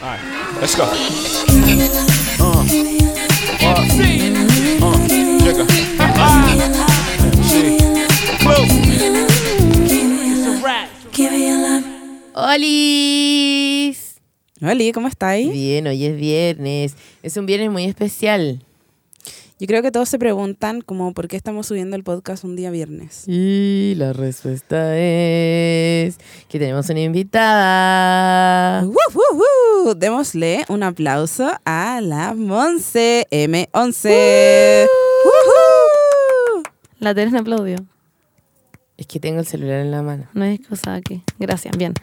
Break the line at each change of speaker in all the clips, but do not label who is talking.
All right, let's go. Jigga. She. Clue.
¡Olis!
Hola, ¿cómo estáis?
Bien, hoy es viernes. Es un viernes muy especial.
Yo creo que todos se preguntan como por qué estamos subiendo el podcast un día viernes.
Y la respuesta es que tenemos una invitada.
¡Woo, woo, woo! Démosle un aplauso a la Monse M11. ¡Woohoo!
La Teresa aplaudió.
Es que tengo el celular en la mano.
No es cosa que. Gracias, bien.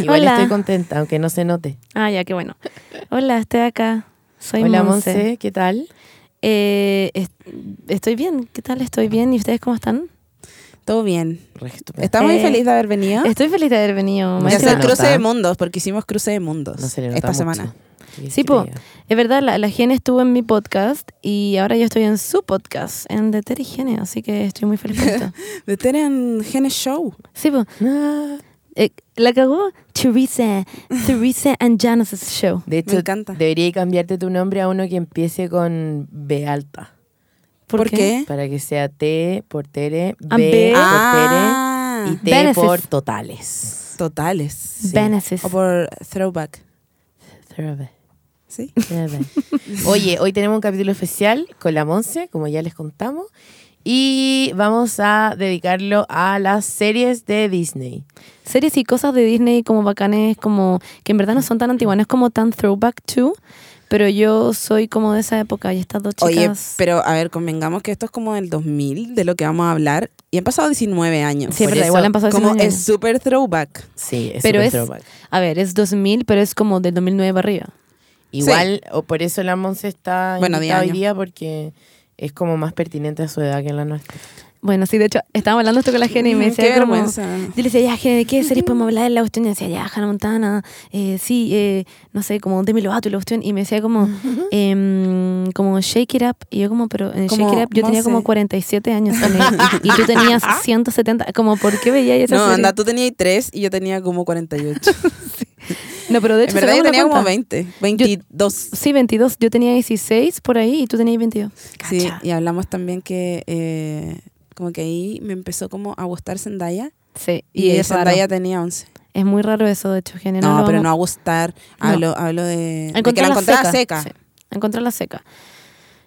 Igual
Hola.
estoy contenta, aunque no se note.
Ah, ya, qué bueno. Hola, estoy acá. Soy
Hola,
Monse.
Monse, ¿qué tal?
Eh, est- estoy bien. ¿Qué tal? Estoy bien. ¿Y ustedes cómo están?
Todo bien.
Re estupenda.
Estamos muy
Eh,
feliz de haber venido.
Estoy feliz de haber venido.
No
Y
maestra.
se
hacer
nota.
cruce de mundos, porque hicimos cruce de mundos
No se le nota
esta
mucho.
semana.
Qué
Sí, po.
estrella.
Es verdad, la, la Gene estuvo en mi podcast y ahora yo estoy en su podcast, en The Terry Gene, así que estoy muy feliz por esto.
De Teren Genes Show.
Sí, po.
Ah.
Eh, la cagó Teresa, Teresa and Janice's show.
De hecho,
encanta.
debería cambiarte tu nombre a uno que empiece con B alta.
¿Por, qué?
Para que sea T por Tere, B,
Ah, B.
por
Ah,
Tere y T E
Benefice.
por totales.
totales.
Benefices.
O por throwback. ¿Sí?
Oye, hoy tenemos un capítulo especial con la Monse, como ya les contamos, y vamos a dedicarlo a las series de Disney.
series y cosas de Disney como bacanes, como que en verdad no son tan antiguas, no es como tan throwback to, pero yo soy como de esa época y estas dos
Oye,
chicas.
pero a ver, convengamos que esto es como del 2000 de lo que vamos a hablar y han pasado 19 años.
sí, es
por
verdad,
eso,
igual han pasado
como
19
es
años.
súper throwback.
Sí, es
Pero
súper
es-
throwback.
A ver, es 2000, pero es como del 2009 para arriba.
Igual, o por eso la Monse está
Bueno, diez
invitada hoy
años.
día, porque es como más pertinente a su edad que la nuestra.
Bueno, sí, de hecho, estábamos hablando esto con la Jenny y me
Mm,
decía
Qué
como-
vergüenza.
Yo le decía, ya, Jenny, ¿de qué series podemos hablar en la cuestión? Y decía, ya, Hannah Montana, eh, sí, eh, no sé, como Demi Lovato y la cuestión. Y me decía como, em, como Shake It Up. Y yo como, pero en
Como,
Shake It Up yo tenía
Monse.
como 47 años también. y tú tenías 170. Como, ¿por qué veías esa
No,
serie?
anda, tú tenías 3 y yo tenía como 48.
No, pero de hecho,
en verdad yo
sacamos la
tenía como
cuenta.
20, 22.
Sí, 22. Yo tenía 16 por ahí y tú tenías 22.
Sí,
Cacha.
y hablamos también que eh, como que ahí me empezó como a gustar Zendaya
Sí,
y,
es raro.
Zendaya tenía 11.
Es muy raro eso, de hecho, Jenny.
No,
lo
pero
vamos-
no a gustar,
No.
hablo, hablo de, de que la
Encontrarla
encontraba seca.
Sí, encontrarla seca.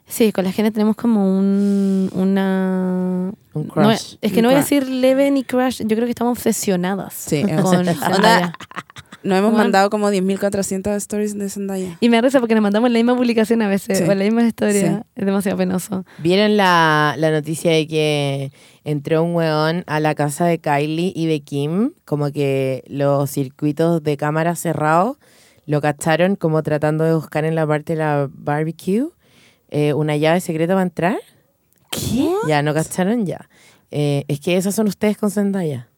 Sí, con la gente tenemos como un, una...
Un
no,
crush.
es que
Un
no voy a
crush.
decir leve ni crush, yo creo que estamos obsesionadas
Sí, es
con Ah, Zendaya.
Nos hemos
Bueno.
mandado como 10.400 stories de Zendaya.
Y me da risa porque nos mandamos la misma publicación a veces,
Sí.
o la misma historia. Es demasiado penoso.
¿Vieron la, la noticia de que entró un weón a la casa de Kylie y de Kim? Como que los circuitos de cámara cerrados lo cacharon como tratando de buscar en la parte de la barbecue eh, una llave secreta para entrar.
¿Qué?
Ya, no cacharon ya. Eh, es que esas son ustedes con Zendaya.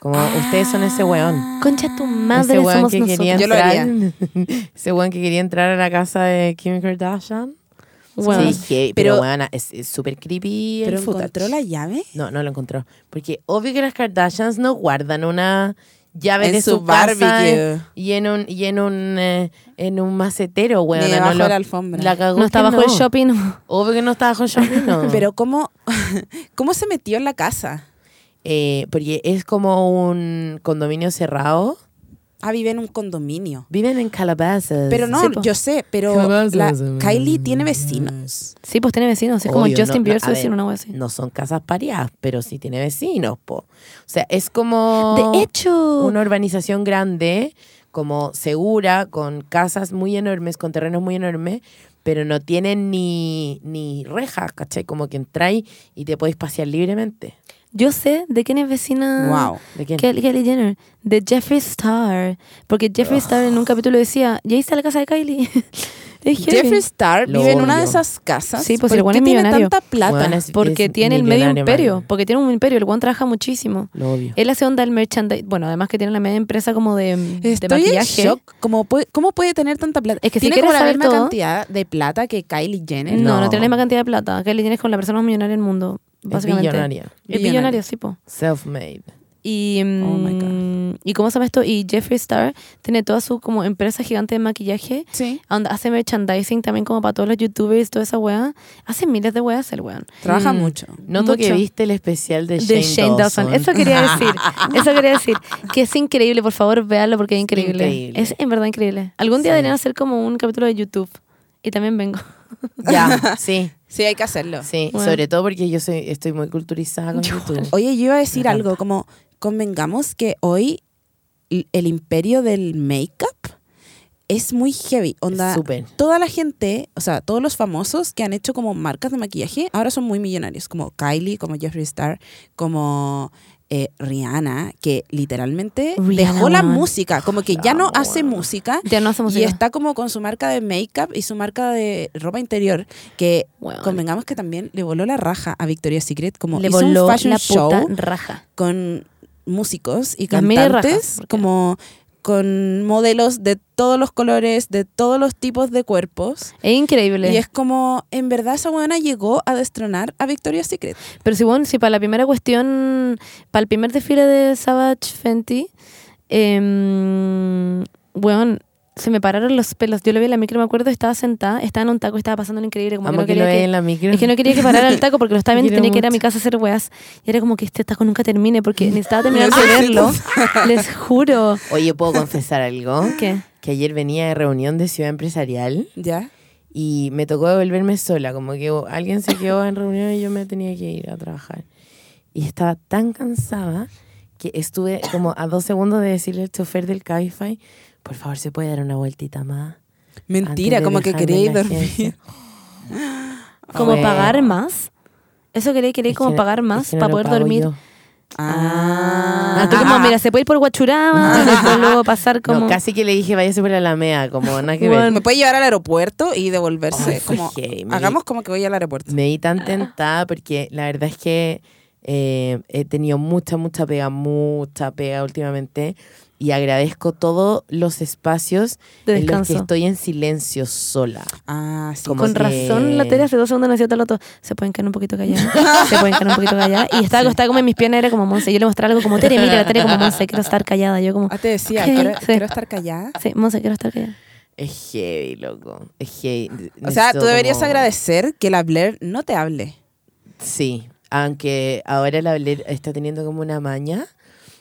Como ustedes son ese weón.
Concha tu
Ese
madre,
weón
Ah. somos
que
nosotros.
quería
Yo lo haría.
entrar. ese weón que quería entrar a la casa de Kim Kardashian.
Weón.
Sí, heavy, pero,
Pero-
weona, es es súper creepy. el
¿Pero
footage.
encontró la llave?
No, no lo encontró. Porque obvio que las Kardashians no guardan una llave
En
de
su
su, casa
barbecue.
en- y en un y en un eh, en un macetero, weona.
Ni
no
debajo
lo-
de la alfombra.
la cagó
No está
que
bajo el
no.
shopping.
Obvio que no está bajo el shopping, no.
Pero ¿cómo, ¿cómo se metió en la casa?
Eh, porque es como un condominio cerrado.
Ah, vive en un condominio.
Viven en calabazas.
Pero no,
Pues Sí, po.
yo sé, pero
Jamás
la-
las amé.
Kylie tiene vecinos.
Sí, pues tiene vecinos, es como
Obvio,
Justin
no,
Bieber,
no,
no,
a ver,
una wea así.
No son casas pareadas, pero sí tiene vecinos, po. O sea, es como.
de hecho,
una urbanización grande, como segura, con casas muy enormes, con terrenos muy enormes, pero no tienen ni, ni rejas, ¿cachai? Como que entráis y te podéis pasear libremente.
yo sé de quién es vecina.
Wow.
¿De quién?
Kelly, Kylie Jenner, de Jeffree Star. Porque Jeffree Star en un capítulo decía, ya hice la casa de Kylie. Es heavy.
Jeffree Star
Lo
vive en una de
odio.
esas casas.
Sí, pues
¿Por
el weón
qué
es
tiene
millonario.
tanta plata?
Weón es-
porque
es
tiene el medio
millonario,
imperio.
man.
Porque tiene un imperio. El Juan trabaja muchísimo.
Lo odio.
Él hace onda el merchandise. Bueno, además que tiene la media empresa como de, de
Estoy en
maquillaje.
shock. ¿Cómo puede, ¿Cómo puede tener tanta plata?
Es que si
tiene
quieres
como la
saber
misma
todo- Mm.
cantidad de plata que Kylie Jenner.
No, no,
No.
tiene la misma cantidad de plata. Kylie Jenner es como la persona más millonaria del mundo.
Es
Básicamente.
millonaria.
Es
Billonaria.
billonaria, sí, po.
Self-made.
Y,
Oh my God.
mm, y cómo se llama esto? Y Jeffree Star tiene toda su como empresa gigante de maquillaje.
Sí.
Onda, hace merchandising también como para todos los youtubers, toda esa weá. Hace miles de weas el weón.
Trabaja
Mm.
mucho.
Noto que
Mucho.
viste el especial de Shane,
De Shane Dawson.
Dawson.
Eso quería decir. Eso quería decir. Que es increíble, por favor, véanlo porque es increíble.
increíble.
Es en verdad increíble. Algún día
Sí.
deberían hacer como un capítulo de YouTube. Y también vengo.
Ya, sí,
Sí, hay que hacerlo.
sí.
Bueno.
Sobre todo porque yo soy, estoy muy culturizada con YouTube.
Oye, yo iba a decir
Me
algo, como convengamos que hoy l- el imperio del make-up es muy heavy. Onda,
Súper.
toda la gente, o sea, todos los famosos que han hecho como marcas de maquillaje, ahora son muy millonarios, como Kylie, como Jeffree Star, como eh, Rihanna, que literalmente
Rihanna,
dejó la
weón.
música, como que ya no
amo,
hace
weón.
música.
Ya no hacemos
Y está como con su marca de make-up y su marca de ropa interior, que
Weón.
convengamos que también le voló la raja a Victoria's Secret, como
Le
hizo
voló
un
la
fashion
puta
show
raja.
con músicos y
Las mil rajas,
cantantes,
porque-
como con modelos de todos los colores, de todos los tipos de cuerpos.
Es increíble.
Y es como, en verdad, esa buena llegó a destronar a Victoria's Secret.
Pero si, bueno, si para la primera cuestión, para el primer desfile de Savage Fenty, eh, bueno, se me pararon los pelos. Yo lo vi en la micro, me acuerdo, estaba sentada, estaba en un taco, estaba pasando lo increíble. Como que
Amo
no
que lo
quería
ve
que,
en la micro.
es que no quería que parara el taco porque lo estaba viendo y
Quiero
tenía que ir a mi
mucho.
casa a hacer weas. Y era como que este taco nunca termine porque necesitaba terminar
Ah,
de verlo.
pues.
Les juro.
Oye, ¿puedo confesar algo?
¿Qué?
Que ayer venía de reunión de Ciudad Empresarial
¿Ya?
y me tocó devolverme sola, como que alguien se quedó en reunión y yo me tenía que ir a trabajar. Y estaba tan cansada que estuve como a dos segundos de decirle al chofer del Cabify, por favor, ¿se puede dar una vueltita más? antes
Mentira,
de
como que
dejarme
quería ir
en la
dormir.
agencia?"
Como
Bueno.
pagar más. Eso quería, quería
Oh, Es
como
que-
pagar
es
más
que no
para
lo
poder
pago
dormir.
yo.
Ah, tú como, mira, se puede ir por Huachuraba, después luego pasar como...
No, casi que le dije, váyase por la Alamea, como nada que ver.
Ah, Me puede llevar al aeropuerto y devolverse.
Ay, fue
como,
heavy.
hagamos como que voy al aeropuerto.
Me vi tan tentada porque la verdad es que eh, he tenido mucha, mucha pega, mucha pega últimamente y agradezco todos los espacios
De
en los que
descanso.
estoy en silencio sola.
Ah, sí.
Como
Con
que-
razón, la tele hace dos segundos nos decía todo el otro, se pueden quedar un poquito calladas, se pueden quedar un poquito calladas. Y estaba acostada como en mis piernas, era como Monse. Yo le mostraba algo como, Tere, mira, la Tere como Monse, quiero estar callada. Yo como,
Ah, te decía,
Ok,
quiero,
sí.
quiero estar callada.
sí, Monse, quiero estar callada.
Es heavy, loco. Es heavy.
O sea,
Necesito
tú deberías
como-
agradecer que la Blair no te hable.
Sí, aunque ahora la Blair está teniendo como una maña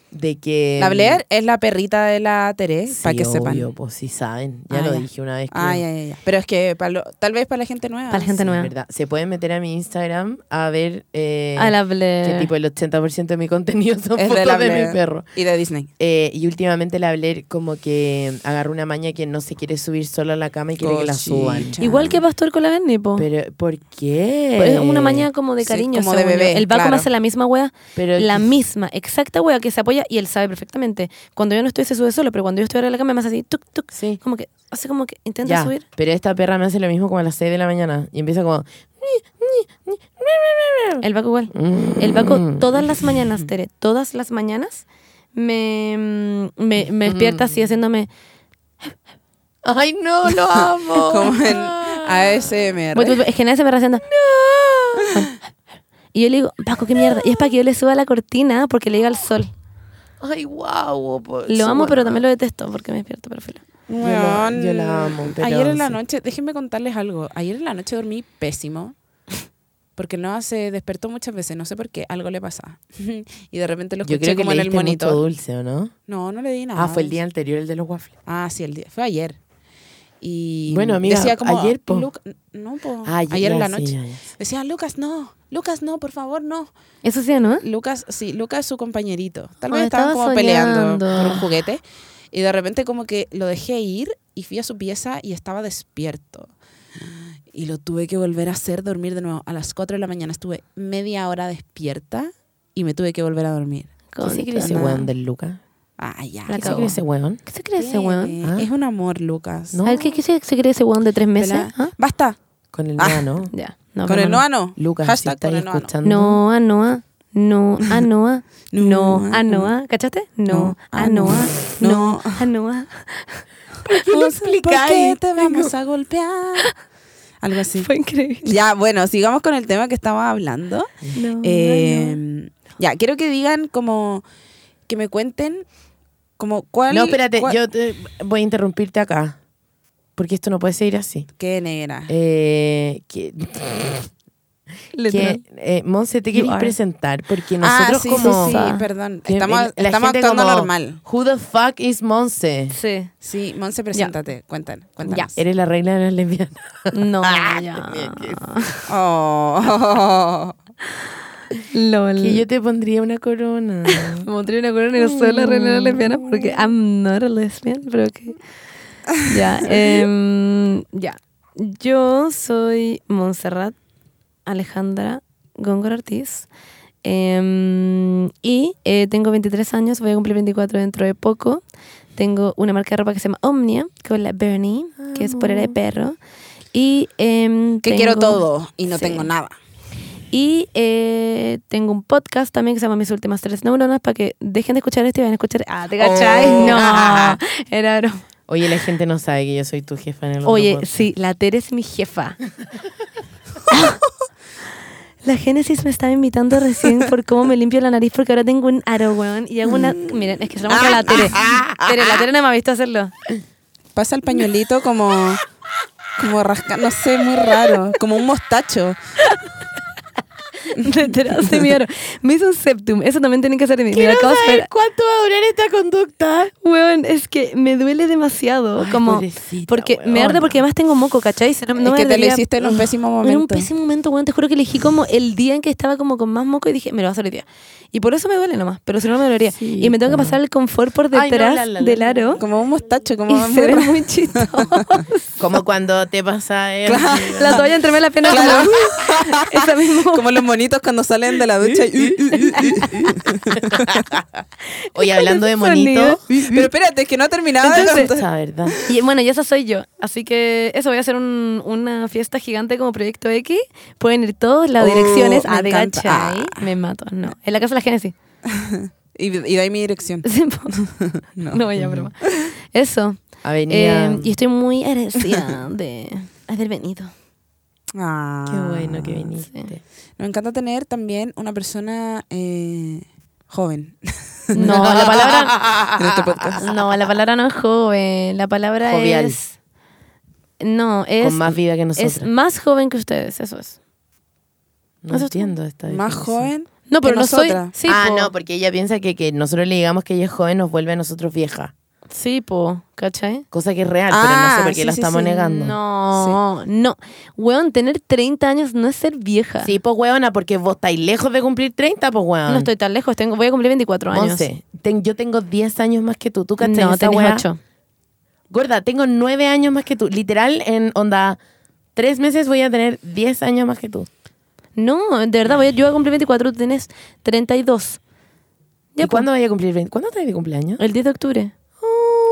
de que... mm,
La Blair es la perrita de la Teresa,
Em, Sí,
para que
obvio,
sepan.
pues sí saben. Ya
Ah,
lo
ya.
dije una vez que...
Ah, ya, ya, ya. Pero es que pa' lo- tal vez para la gente nueva.
Para la gente
Sí,
nueva.
verdad. Se pueden meter a mi Instagram a ver... eh,
Ah,
A la
que
Blair.
tipo el 80% de mi contenido son
Es de
fotos
la
de,
Blair.
mi perro.
Y de Disney.
Eh, y últimamente la Blair como que agarró una maña que no se quiere subir sola a la cama y quiere
Oh,
que la suban.
Cochicha.
Igual que Pastor con la Berni, po. Eh,
Pero, ¿por qué?
Es una mañana como de
Sí,
cariño.
como de
según yo.
bebé,
El Baco
claro.
me hace la misma wea,
Pero,
la misma, exacta wea que se apoya y él sabe perfectamente. Cuando yo no estoy, se sube solo, pero cuando yo estoy ahora en la cama, me hace así, tuk, tuk.
Sí.
Como que, hace como que intenta
Ya,
subir.
pero esta perra me hace lo mismo como a las 6 de la mañana y empieza como...
El Baco igual.
"Mm".
Eh.
El Baco todas las mañanas, Tere, todas las mañanas me, mm, me, me despierta así haciéndome...
¡Ay, no, lo amo!
Como en ASMR.
Voy, voy, voy. Es que nadie se me va haciendo... Y yo le digo, Baco, qué mierda. Y es para que yo le suba la cortina porque le llega el sol.
¡Ay, guau! pues,
Lo amo,
bueno.
pero también lo detesto porque me despierto perfil.
la-
Weón.
yo la amo, pero
Ayer en la
sí.
noche, déjenme contarles algo. Ayer en la noche dormí pésimo. Porque no se despertó muchas veces, no sé por qué, algo le pasaba. y de repente lo
Yo
escuché
creo que
como
le
en el
diste mucho
monitor.
dulce, ¿o no?
No, no le di nada.
Ah, fue el día anterior, el de los waffles.
Ah, sí, el día. Fue ayer. Y
Bueno, amiga,
decía como,
ayer, po.
"Luc- no, po.
Ah, ya-
ayer en
ya,
la
sí,
noche.
ya, ya.
Decía, Lucas, no, Lucas, no, por favor, no.
Eso sí, ¿no?
Lucas, sí, Lucas es su compañerito. Tal
Ah,
vez estaban
estaba
como peleando
soñando.
por un juguete. Y de repente como que lo dejé ir y fui a su pieza y estaba despierto. Y lo tuve que volver a hacer dormir de nuevo. A las 4 de la mañana estuve media hora despierta y me tuve que volver a dormir.
¿Qué se cree ese
Concha, no.
weón del Luca?
Ah, ya.
La
¿Qué se
cagó.
cree ese weón?
¿Qué se cree ese weón?
Ah.
Es un amor, Lucas.
No,
A ver, ¿qué, qué se, se cree ese weón de tres meses?
Pelá.
¿Ah?
Basta.
Con el
Ah.
Noah, ¿no?
Ya. No,
con
pero
el
no.
Noa no.
Lucas, si
Hashtag con
estáis
el Noa no.
escuchando.
No, a Noa. No, a Noa. No,
No, ah,
a Noa. ¿Cachaste? No, a Noa. No, ah, a Noa.
¿Cómo
¿Por qué
explicáis?
te vamos a golpear? Algo así.
Fue increíble.
Ya, bueno, sigamos con el tema que estaba hablando.
No,
Eh, Ya, quiero que digan como que me cuenten como cuál...
No, espérate,
cuál-
yo te- voy a interrumpirte acá. Porque esto no puede seguir así.
Qué negra.
Eh, que, que, eh, Monse, te queréis
are.
presentar porque
ah,
nosotros
sí,
como...
sí, sí, perdón. Estamos,
la
estamos
gente
actuando
como,
normal.
Who the fuck is Monse?
Sí.
Sí, Monse, preséntate. Cuentan, cuéntanos.
Eres la reina de las lesbianas.
No,
Ah,
ya.
tenía que
Oh.
LOL.
Que yo te pondría una corona.
Me monté una corona y no soy la reina lesbiana porque I'm not a lesbian, pero que... Ya, em, ya. Yo soy Montserrat Alejandra Góngora Ortiz em, y eh, tengo 23 años, voy a cumplir 24 dentro de poco. Tengo una marca de ropa que se llama Omnia con la Bernie, que es por de perro. Y
Ah.
em,
Que quiero
tengo-
todo y no
Sí.
tengo nada.
y eh, tengo un podcast también que se llama Mis últimas tres neuronas para que dejen de escuchar esto y vayan a escuchar. Ah, ¿te cachai?
Oh.
No, era broma.
Oye, la gente no sabe que yo soy tu jefa en el otro
Oye,
podcast.
sí, la Tere es mi jefa. La Génesis me estaba invitando recién por cómo me limpio la nariz porque ahora tengo un aro, weón. Y hago una.
Mm.
Miren, es que se lo
Ah,
muestro a la Tere. Tere, la Tere no me ha visto hacerlo.
Pasa el pañuelito como. Como rasca, no sé, muy raro. Como un mostacho.
La Tere hace mi aro. Me hizo un septum. Eso también tienen que hacer de mí. Mira,
Quiero
acabo de
saber
esperar-
cuánto va a durar esta conducta.
Weón, es que me duele demasiado.
Ay,
como
pobrecita,
porque me
weona.
arde porque además tengo moco, ¿cachai? Se- No, no
es que te
me
lo
debería-
hiciste en un pésimo
En
momento.
un pésimo momento, weón. Te juro que elegí como el día en que estaba como con más moco y dije, me lo vas a hacer hoy día. Y por eso me duele nomás, pero si no me dolería.
Sí,
y me tengo que
po.
pasar el confort por
Ay, no,
detrás
la, la, la,
del
la.
aro.
Como un mostacho, como
Y
muy
se ve
raro.
muy chistoso.
Como cuando te pasa el-
la toalla entre medio de la pierna.
Claro.
Como, esa misma.
Como los monitos cuando salen de la ducha. y-
Oye, hablando de
¿Cuál es el
monito.
Pero espérate, es que no ha terminado de
Entonces-
contar.
Esa verdad.
Y bueno, y esa soy yo. Así que eso, voy a hacer un- una fiesta gigante como Proyecto X. Pueden ir todos, las
Oh,
direcciones.
me
Ah, de
encanta.
gachai. Me mato. No. En la casa de la Génesis.
Y, y de ahí mi dirección.
Sí, po.
No.
no. voy a broma. Eso.
Avenida.
Eh, y estoy muy agradecida de haber venido.
Ah.
Qué bueno que viniste.
Nos encanta tener también una persona eh, joven.
No, la palabra.
En este podcast.
No, la palabra no es joven. La palabra
Jovial.
es. No, es.
Con más vida que nosotros.
es más joven que ustedes, eso es.
no
eso-
entiendo esta
Más
definición.
joven.
No, pero
que
no soy.
nosotras.
Sí,
ah,
po.
no, porque ella piensa que, que nosotros le digamos que ella es joven, nos vuelve a nosotros vieja.
Sí, po. ¿Cachai?
Cosa que es real, pero no
Ah,
sé por qué
sí,
lo
sí,
estamos
sí.
negando.
No, no. Weón, tener 30 años no es ser vieja.
Sí, pues hueona, porque vos estáis lejos de cumplir 30, pues hueón.
No estoy tan lejos, tengo, voy a cumplir 24 años.
Once. Ten- yo tengo 10 años más que tú. ¿Tú cachai
No,
esa
tenés
hueá?
8.
Gorda, tengo 9 años más que tú. Literal, en onda, 3 meses voy a tener 10 años más que tú.
No, de verdad, voy a, yo voy a cumplir 24, tú tenés
¿Y
32. Ya, pues,
cuándo voy a cumplir 20? ¿Cuándo estás de cumpleaños?
El 10 de octubre.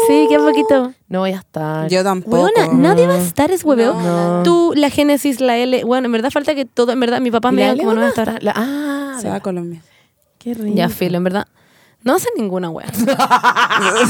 Sí,
Oh.
queda poquito.
No voy a estar.
Yo tampoco.
Weona, nadie va a estar, es hueveo.
No.
Tú, la Génesis, la L. Bueno, en verdad falta que todo. En verdad, mi papá me
¿La
diga como no va
Leona
a estar.
está? La- ah,
Se va a Colombia.
qué rico.
Ya, filo, en verdad. No va a ser ninguna wea.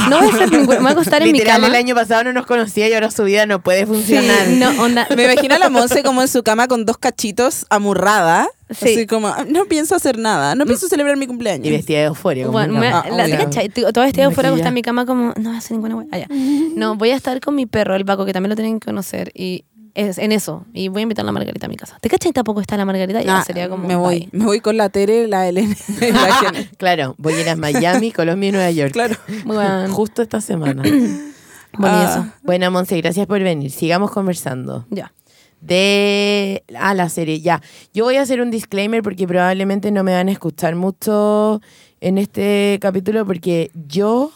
No voy a ser ninguna. Me voy a acostar en mi
Literal,
cama.
el año pasado no nos conocía y ahora su vida no puede funcionar.
Sí, no, onda.
Me imagino a la Monse como en su cama con dos cachitos amurrada.
Sí.
Así como, "Ah, no pienso hacer nada. No pienso celebrar mi cumpleaños.
Y vestida de euforia. como
Bueno,
una
me-
Ah,
la,
obvio.
¿cachai? Tú- Todavía estoy este afuera
Maquillada.
acostada en mi cama como, no va a ser ninguna wea. Ah, ya. No, voy a estar con mi perro, el Paco, que también lo tienen que conocer. Y es en eso. Y voy a invitar a la Margarita a mi casa. ¿Te cachai? Tampoco está la Margarita. Ya
Ah,
sería como.
me voy.
bye.
Me voy con la Tere, la Elena. y la Jenny.
Claro, voy a ir a Miami, Colombia y Nueva York.
claro.
Muy bueno.
Justo esta semana.
Ah. Bueno, y
Ah.
eso.
bueno, Monse, gracias por venir. Sigamos conversando.
Ya.
De a la serie, ya. Yo voy a hacer un disclaimer porque probablemente no me van a escuchar mucho en este capítulo porque yo,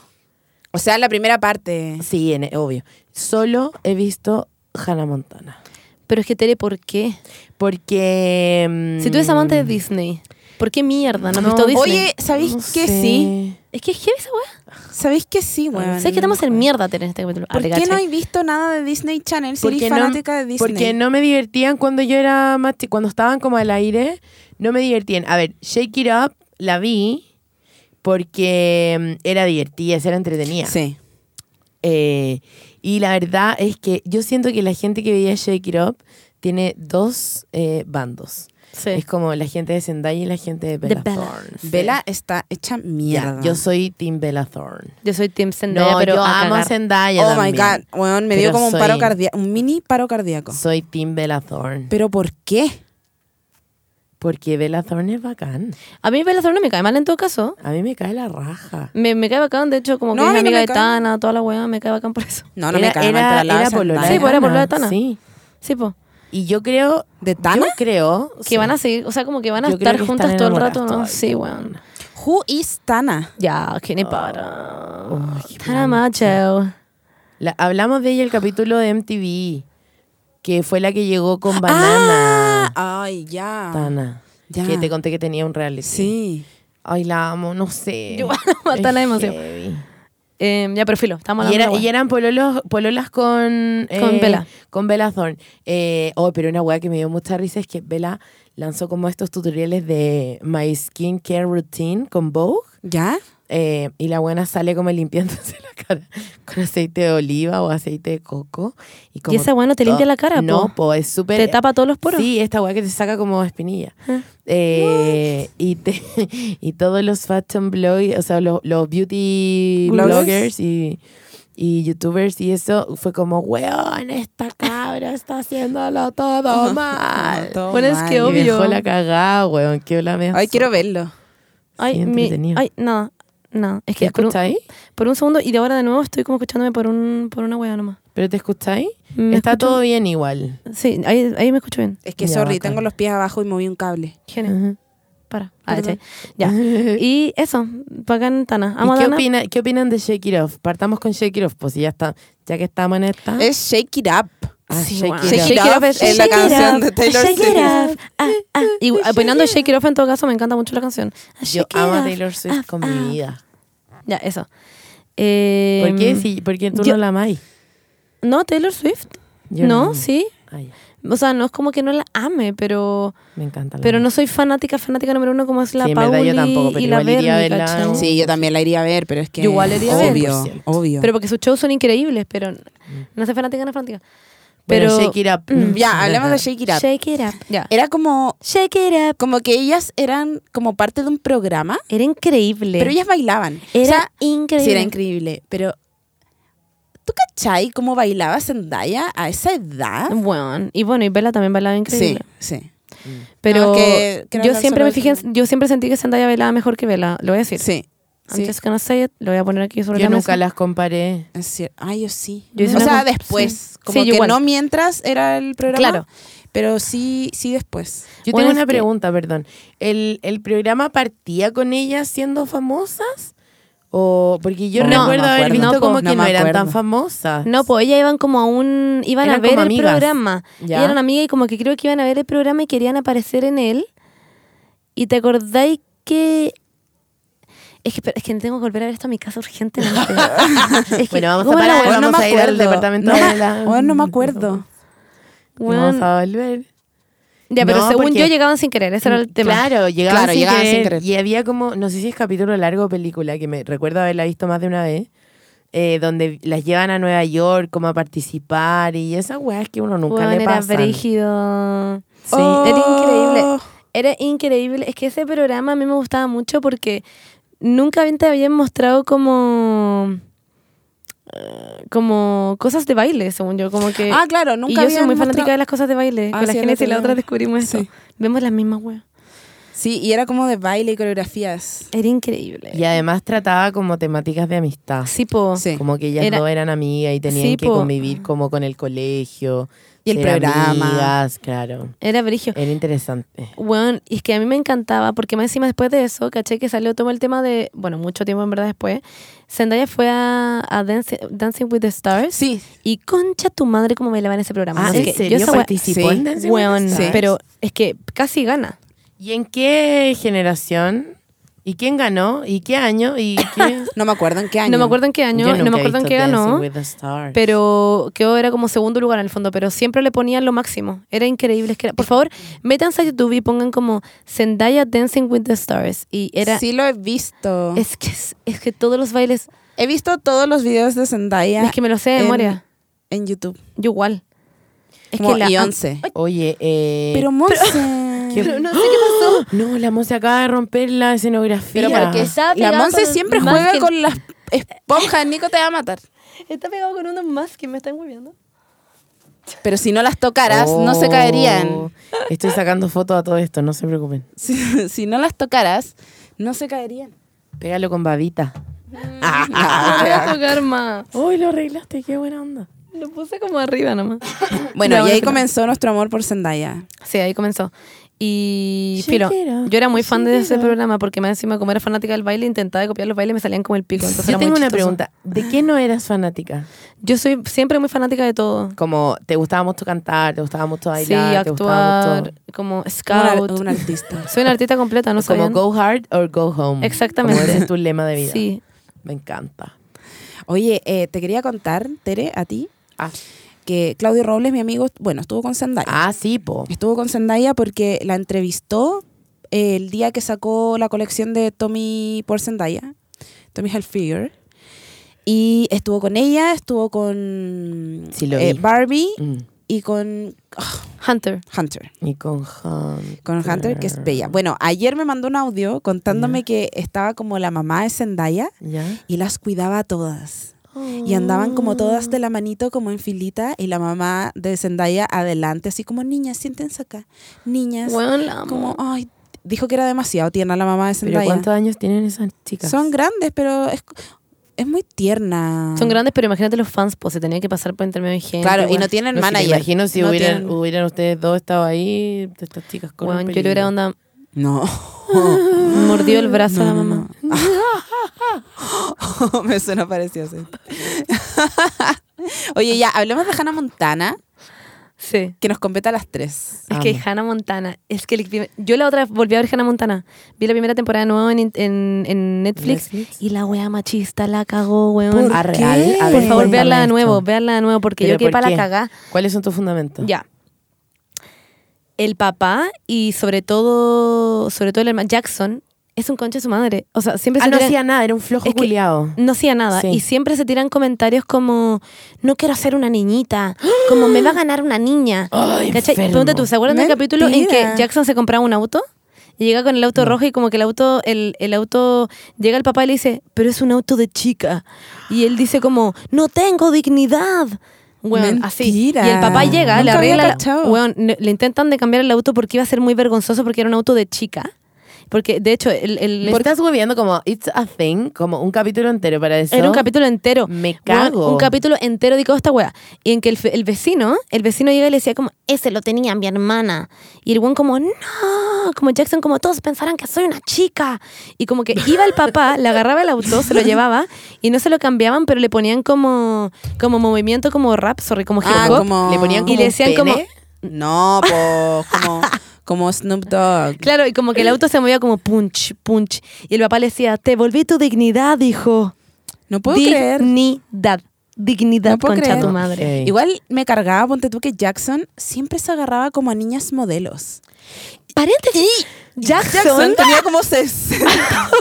O sea, la primera parte.
sí, en- obvio, solo he visto Hannah Montana.
Pero es que Tere, ¿por qué?
Porque... mm,
Si tú eres amante de Disney, ¿por qué mierda? ¿No has
No.
visto Disney?
Oye, ¿sabéis
no
que
sé.
sí?
es que es heavy esa weá.
¿Sabéis que sí, weón?
¿Sabes que estamos en mierda tener este capítulo?
¿Por qué no he visto nada de Disney Channel si eres
Porque no-
fanática de Disney?
Porque no me divertían cuando yo era más chi- cuando estaban como al aire, no me divertían. A ver, Shake It Up la vi porque mm, era divertida, esa era entretenida.
Sí.
Eh, y la verdad es que yo siento que la gente que veía Shake It Up tiene dos eh, bandos.
Sí.
Es como la gente de Zendaya y la gente de Bella,
De Bella.
Thorne.
Vela está hecha
Ya,
mierda.
yo soy Team Bella Thorne.
Yo soy Tim Zendaya,
No,
pero
yo
a
amo a
cagar.
Zendaya
Oh my
también.
god, weón, me dio
Pero
como un
soy-
paro cardíaco, un mini paro cardíaco.
Soy Team Bella Thorne.
¿Pero por qué?
Porque Bella Thorne es bacán.
A mí Bella Thorne no me cae mal en todo caso.
A mí me cae la raja.
Me, me cae bacán, de hecho, como
No, a
que es
mí no
amiga
me
de
cae.
Tana, toda la weá, me cae bacán por eso.
No, no me
Era-
cae
era,
mal, pero la
era
Zendaya-
polola de
Sí, pues era
Tana,
polola de Tana.
Sí.
Sí, po.
Y yo creo...
¿De Tana?
Yo creo...
Que van a seguir, o sea, como que van a
Yo creo
estar
que
juntas
están
todo el
enamoradas
rato, ¿no?
todavía.
Sí, weón.
Who is Tana?
Ya, que ni para. Tana Macho.
La- hablamos de ella el capítulo de MTV, que fue la que llegó con
Ah,
Banana.
ay, ya.
Tana.
Ya.
Que te conté que tenía un reality.
Sí.
Ay, la amo, no sé.
Yo amo a
Es
Tana demasiado.
heavy.
Eh, ya, pero filo, estamos
Y,
hablando.
era-
de la
y
weá.
eran pololos, pololas con... eh,
Con Bella.
Con Bella Thorne. Eh, oh, pero una weá que me dio mucha risa es que Bella lanzó como estos tutoriales de My Skin Care Routine con Vogue.
¿Ya?
eh, y la buena sale como limpiándose la cara con aceite de oliva o aceite de coco. Y, como
esa weá no te
to-
limpia la cara,
No,
po.
po, es súper...
Te tapa todos los poros.
Sí, esta weá que te saca como espinilla.
Ah.
Eh, y, te- y todos los fashion bloggers, o sea, los, los beauty
Bloggers.
bloggers y, y youtubers y eso, fue como, weón, esta cabra está haciéndolo todo mal.
Todo
Bueno, es
mal.
que
Y
obvio.
dejó la cagada, weón, qué hola me
Ay, quiero verlo.
Ay, mi-
entretenido.
ay, nada, nada. Es
¿Te
que por un,
escucháis?
por un segundo y de ahora de nuevo estoy como escuchándome por, un, por una weá nomás.
¿Pero te escucháis?
Me
Está
escucho-
todo bien igual.
Sí, ahí, ahí me escucho bien.
Es que,
Ya,
sorry,
bacán.
tengo los pies abajo y moví un cable.
Genial. Para. Ah,
Perdón.
che. Ya. Y eso, bacán Tana. Amo a
¿Y qué,
Tana.
opina- qué opinan de Shake It Off? Partamos con Shake It Off, pues si ya está, ya que estamos en esta.
Es Shake It Up.
Ah,
Sí,
Shake
weón.
It
Shake
Off.
It Off
es-
es la
Shake It
canción
Up,
de Taylor
Shake It
Swift.
Up, ah, ah. Y opinando Shake It Off en todo caso, me encanta mucho la canción.
Yo
Shake it
amo a
off. Ah,
Taylor Swift con mi vida.
Ya, eso. Eh,
¿Por qué, si, ¿por qué tú
yo-
no la amáis?
No, Taylor Swift.
Yo
no,
no.
sí.
Ay,
O sea, no es como que no la ame, pero
me encanta. la
pero
Lana.
no soy fanática, fanática número uno como es la
Sí, en
Pauli
verdad yo tampoco, pero
y la
igual iría a
Berni,
verla.
¿cachai?
Sí, yo también la iría a ver, pero es que.
Yo igual la iría a ver.
obvio,
100%.
Obvio.
Pero porque sus shows son increíbles, pero no soy fanática, no soy fanática.
Bueno,
Pero
Shake It Up.
Mm.
ya, hablemos de Shake It Up. Eh,
Shake it up. Ya.
Era como.
Shake it up.
Como que ellas eran como parte de un programa,
Era increíble.
pero ellas bailaban.
era
o sea,
increíble.
sí, era increíble. Pero. ¿Tú cachai cómo bailaba Zendaya a esa edad?
Bueno, y bueno, y Bella también bailaba increíble.
Sí, sí.
Pero
No, es que creo
yo
que
siempre me
solo-
fijé, en- yo siempre sentí que Zendaya bailaba mejor que Bella, lo voy a decir.
Sí.
I'm
sí.
just gonna say it, lo voy a poner aquí sobre
Yo
la
nunca
mesa.
las comparé.
Es cier- Ay, yo sí.
Yo hice
o
una
sea,
com-
después.
sí.
Como
Sí, yo
que
igual.
no mientras era el programa.
Claro.
Pero sí, sí después.
Yo
Bueno,
tengo
es
una
que-
pregunta, perdón. ¿El, ¿El programa partía con ellas siendo famosas? O porque yo
No, no
recuerdo
me
haber
acuerdo.
visto
No, po,
como
no
que no
me
eran tan
acuerdo.
famosas.
No, pues ellas iban como a un... Iban
Eran
a ver
como
el
amigas.
programa.
Ya.
Y eran amigas y como que creo que iban a ver el programa y querían aparecer en él. Y te acordáis que... Es que, espera, es que tengo que volver a ver esto a mi casa urgentemente. es
Bueno, vamos a
¿cómo era
parar,
la-
vamos
no me
a ir al
acuerdo.
departamento
No
de
me-
la-
Bueno, no me acuerdo.
Bueno,
Vamos a volver.
Ya, pero
No,
según
porque-
yo llegaban sin querer, ese era el tema.
Mm, Claro, llegaban,
Claro,
sin,
llegaban sin
querer,
querer.
Y había como, no sé si es capítulo largo o película, que me recuerdo haberla visto más de una vez, eh, donde las llevan a Nueva York como a participar y esas weas que uno nunca
Weón,
le
era
pasa.
brígido.
Sí.
Era
Oh.
increíble. Era increíble. Es que ese programa a mí me gustaba mucho porque nunca bien te habían mostrado como. eh, Como cosas de baile, según yo. Como que.
Ah, claro, nunca
Eh, y yo soy
habían
muy fanática
mostrado-
de las cosas de baile.
Ah,
Con la
sí, el
Genesis y
otro
la
día.
otra descubrimos eso.
Sí.
Vemos las mismas weas.
Sí, y era como de baile y coreografías.
Era increíble.
Y además trataba como temáticas de amistad.
Sí, po.
Sí.
Como que ellas
Era-
no eran amigas y tenían
Sí,
que
po.
convivir como con el colegio.
Y el
ser
programa.
Amigas, claro.
Era brigio.
Era interesante.
Bueno, y es que a mí me encantaba, porque más encima después de eso, caché que salió todo el tema de, bueno, mucho tiempo en verdad después, Zendaya fue a, a Dance- Dancing with the Stars
Sí.
y concha tu madre como bailaban ese programa.
Ah,
No sé
¿en
qué.
serio
Yo esa wea-
participó
sí,
en Dancing with the
weón,
Stars?
pero es que casi gana.
¿Y en qué generación? ¿Y quién ganó? ¿Y qué año? ¿Y qué?
No me acuerdo en qué año.
No me acuerdo en qué año,
Yo
no
nunca
me
he
acuerdo en
visto
qué
Dancing
ganó,
with the Stars.
pero quedó era como segundo lugar en el fondo, pero siempre le ponían lo máximo. Era increíble. es que era- por favor, métanse a YouTube y pongan como Zendaya Dancing with the Stars. Y era...
Sí lo he visto.
Es que, es, es que todos los bailes,
He visto todos los videos de Zendaya.
es que me los sé de
en-
memoria.
En YouTube.
Yo igual. Es
Como
la-
Beyoncé.
Ay,
Oye, eh,
Pero Monse.
Qué-
Pero no sé qué pasó.
No, la Monse acaba de romper la escenografía.
Pero porque está
La
pegado
Monse
con-
siempre
más
juega
que-
con las esponjas. Nico te va a matar.
Está pegado con uno más que me están moviendo.
Pero si no las tocaras, no se
Oh.
caerían.
Estoy sacando fotos a todo esto, no se preocupen.
Si, si no las tocaras, no se caerían.
Pégalo con babita.
No voy a tocar más.
Uy, lo arreglaste, qué buena onda.
Lo puse como arriba nomás.
Bueno,
No,
y
no,
ahí
no.
comenzó nuestro amor por Zendaya.
Sí, ahí comenzó. Y
Shake
filo,
it up,
yo era muy fan de
shake it
ese
up.
programa porque más encima como era fanática del baile, intentaba copiar los bailes y me salían como el pico. Entonces era
Yo
muy
tengo una
chistoso.
pregunta. ¿De qué no eras fanática?
Yo soy siempre muy fanática de todo.
Como, ¿te gustaba mucho cantar? ¿Te gustaba mucho
sí,
bailar? ¿Te gustaba
actuar,
mucho...
como
Una-
scout.
una artista.
Soy una artista completa, no
como
sabían?
go hard or go home.
Exactamente.
Como ese es tu lema de vida.
Sí.
Me encanta.
Oye, eh, te quería contar, Tere, a ti,
Ah,
que Claudio Robles, mi amigo, bueno, estuvo con Zendaya.
ah, sí, po.
Estuvo con Zendaya porque la entrevistó eh, el día que sacó la colección de Tommy por Zendaya, Tommy Hilfiger. Y estuvo con ella, estuvo con
Sí, lo
eh,
vi.
Barbie
Mm.
y con ah,
Hunter.
Hunter.
Y con Hunter.
Con Hunter, que es bella. Bueno, ayer me mandó un audio contándome que estaba como la mamá de Zendaya
¿Ya?
y las cuidaba a todas. Y andaban como todas
Oh.
de la manito, como en filita, y la mamá de Zendaya adelante, así como, niñas, siéntense acá. Niñas,
Bueno, la amo.
como, ay, dijo que era demasiado tierna la mamá de
¿Pero
Zendaya.
cuántos años tienen esas chicas?
Son grandes, pero es, es muy tierna.
Son grandes, pero imagínate los fans, pues se tenían que pasar por intermedio de gente.
Claro, y
weón.
no tienen
No, si
manager.
me imagino si
No
hubieran,
tienen-
hubieran ustedes dos estado ahí, de estas chicas con
Weón, yo le hubiera onda
No.
mordido el brazo a la
No, no,
mamá.
no. Me suena parecido así. Oye, ya, hablemos de Hannah Montana,
Sí.
que nos compete a las tres.
Es que
Amo.
Hannah Montana, es que el primer- yo la otra vez volví a ver Hannah Montana. Vi la primera temporada de nuevo en, en- en Netflix,
Netflix.
y la wea machista la cagó, weón.
¿Por
Ah,
Ah,
qué?
real. A
Por
ver,
favor,
cuéntame
veanla de
esto.
nuevo, veanla de nuevo, porque
¿Pero
yo quedé
por
para
qué? Ah.
la cagá.
¿Cuáles son tus fundamentos?
Ya. El papá y sobre todo, sobre todo el hermano Jackson, es un concha de su madre. O sea, siempre
Ah,
se
no
tiran-
hacía nada, era un flojo
Es que-
culiao.
no hacía nada.
Sí.
Y siempre se tiran comentarios como, no quiero ser una niñita, como me va a ganar una niña.
Ay,
¿Cachai?
enfermo.
Pregunta tú, ¿se acuerdan del capítulo en que
Mentira.
Jackson se compraba un auto? Y llega con el auto rojo y como que el auto, el, el auto, llega el papá y le dice, pero es un auto de chica. Y él dice como, no tengo dignidad. Weón, así. Y
Mentira.
el papá llega, le
Nunca había
arregla, la-
cachado.
weón, le le intentan de cambiar el auto porque iba a ser muy vergonzoso porque era un auto de chica. Porque, de hecho, el, el-
Me estás hueviando como It's a Thing, como un capítulo entero para eso.
era un capítulo entero.
Me
Weón,
cago.
un capítulo entero dedicado a esta wea. Y en que el, fe- el vecino, el vecino llega y le decía como, ese lo tenía mi hermana. Y el weón como, no, como Jackson, como todos pensarán que soy una chica. Y como que iba el papá, le agarraba el auto, se lo llevaba y no se lo cambiaban, pero le ponían como, como movimiento, como rap, sorry, como hip hop.
Ah, como-
Le ponían como
y le
un
decían como,
pene.
No, pues, como, como Snoop Dogg.
claro, y como que el auto se movía como punch, punch. Y el papá le decía, te volví tu dignidad, hijo.
No puedo creer.
dignidad. Dignidad,
No puedo
concha
creer.
tu madre.
Ok.
Igual me cargaba, ponte tú que Jackson siempre se agarraba como a niñas modelos.
Paréntesis. Jackson,
Jackson tenía como 60.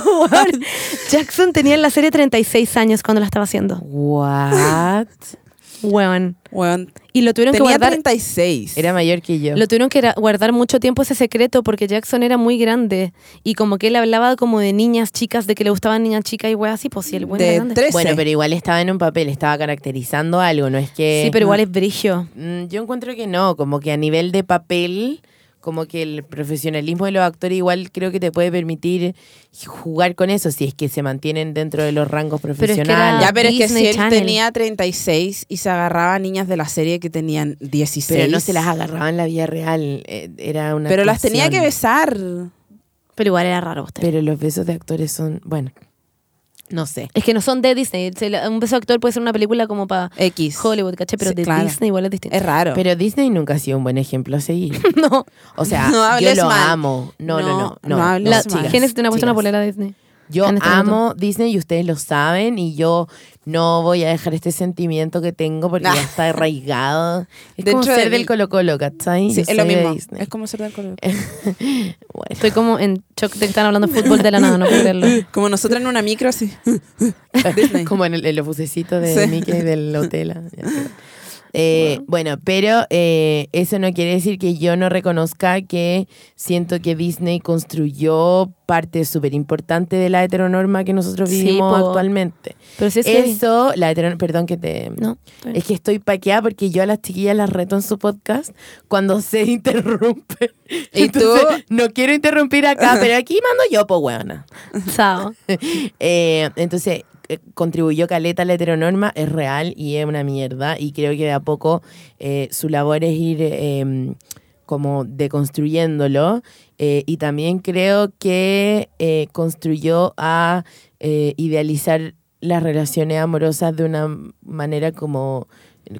Weón, Jackson tenía en la serie 36 años cuando la estaba haciendo.
What?
Weón.
Weón,
Y lo tuvieron que
tenía
guardar.
36.
Era mayor que yo.
Lo tuvieron que ra- guardar mucho tiempo ese secreto porque Jackson era muy grande y como que él hablaba como de niñas chicas, de que le gustaban niñas chicas y weas así, pues sí, el buen era
de
grande.
13.
Bueno, pero igual estaba en un papel, estaba caracterizando algo, no es que...
Sí, pero igual es brillo.
Mm, Yo encuentro que no, como que a nivel de papel, como que el profesionalismo de los actores igual creo que te puede permitir jugar con eso si es que se mantienen dentro de los rangos
es que era-
profesionales.
ya, pero es que
Disney
si él
Channel.
tenía 36 y se agarraba a niñas de la serie que tenían 16.
Pero no se las agarraba en la vida real, eh, era una
Pero las
actuación.
tenía que besar.
Pero igual era raro usted.
Pero los besos de actores son, bueno, no sé.
es que no son de Disney. Se la- Un beso de actor puede ser una película como para
X.
Hollywood, ¿cachai? Pero
Sí,
de
claro.
Disney igual es distinto.
Es raro.
Pero Disney nunca ha sido un buen ejemplo a seguir.
no.
O sea,
No
yo
hables
lo
mal.
amo. No, no, no.
No,
No,
no hables
no,
La,
mal.
chicas,
Genesis tiene puesto una
chicas.
polera de Disney.
Yo
en este
amo Disney y ustedes lo saben y yo no voy a dejar este sentimiento que tengo porque
Nah.
ya está arraigado.
Ah.
Es
Dentro
como ser
de mí.
del Colo Colo, ¿cachai?
Sí,
Yo
es lo
soy de
mismo.
Disney.
Es como ser del color.
Bueno,
Estoy como en shock de que están hablando de fútbol de la nada, no puedo creerlo.
Como nosotros en una micro, así. Disney.
como en, el, en los bucecitos de
Sí.
Mickey del hotel. ah, ya, pero- Eh, Bueno, pero eh, eso no quiere decir que yo no reconozca que siento que Disney construyó parte súper importante de la heteronorma que nosotros
Sí,
vivimos
po.
actualmente.
Pero si es que...
Eso, la heteronorma, perdón que te...
No. está bien.
Es que estoy paqueada porque yo a las chiquillas las reto en su podcast cuando se interrumpe.
¿Y tú?
No quiero interrumpir acá, pero aquí mando yo, po, weona.
Chao.
Eh, entonces, eh, contribuyó Caleta a la heteronorma, es real y es una mierda. Y creo que de a poco eh, su labor es ir eh, como deconstruyéndolo. Eh, y también creo que eh, construyó a eh, idealizar las relaciones amorosas de una manera como,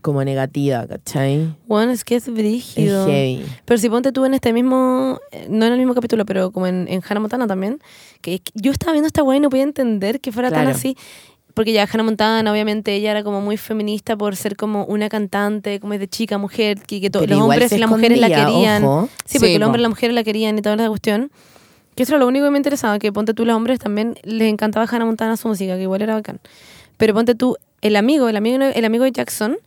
como negativa, ¿cachai?
Bueno, es que es
Es
brígido.
heavy.
Pero si ponte tú en este mismo, eh, no en el mismo capítulo, pero como en, en Hannah Montana también, que que yo estaba viendo esta weá y no podía entender que fuera tan
Claro.
así. Porque ya Hannah Montana, obviamente, ella era como muy feminista por ser como una cantante, como es de chica, mujer, que, que to-
Pero
los
igual
hombres
se
y las mujeres la
escondía,
querían.
ojo.
Sí, porque
Sí,
el hombre
po.
y la mujer la querían y toda esa cuestión. Que eso era lo único que me interesaba, que ponte tú, los hombres también les encantaba Hannah Montana su música, que igual era bacán. Pero ponte tú, el amigo, el amigo, el amigo de Jackson, no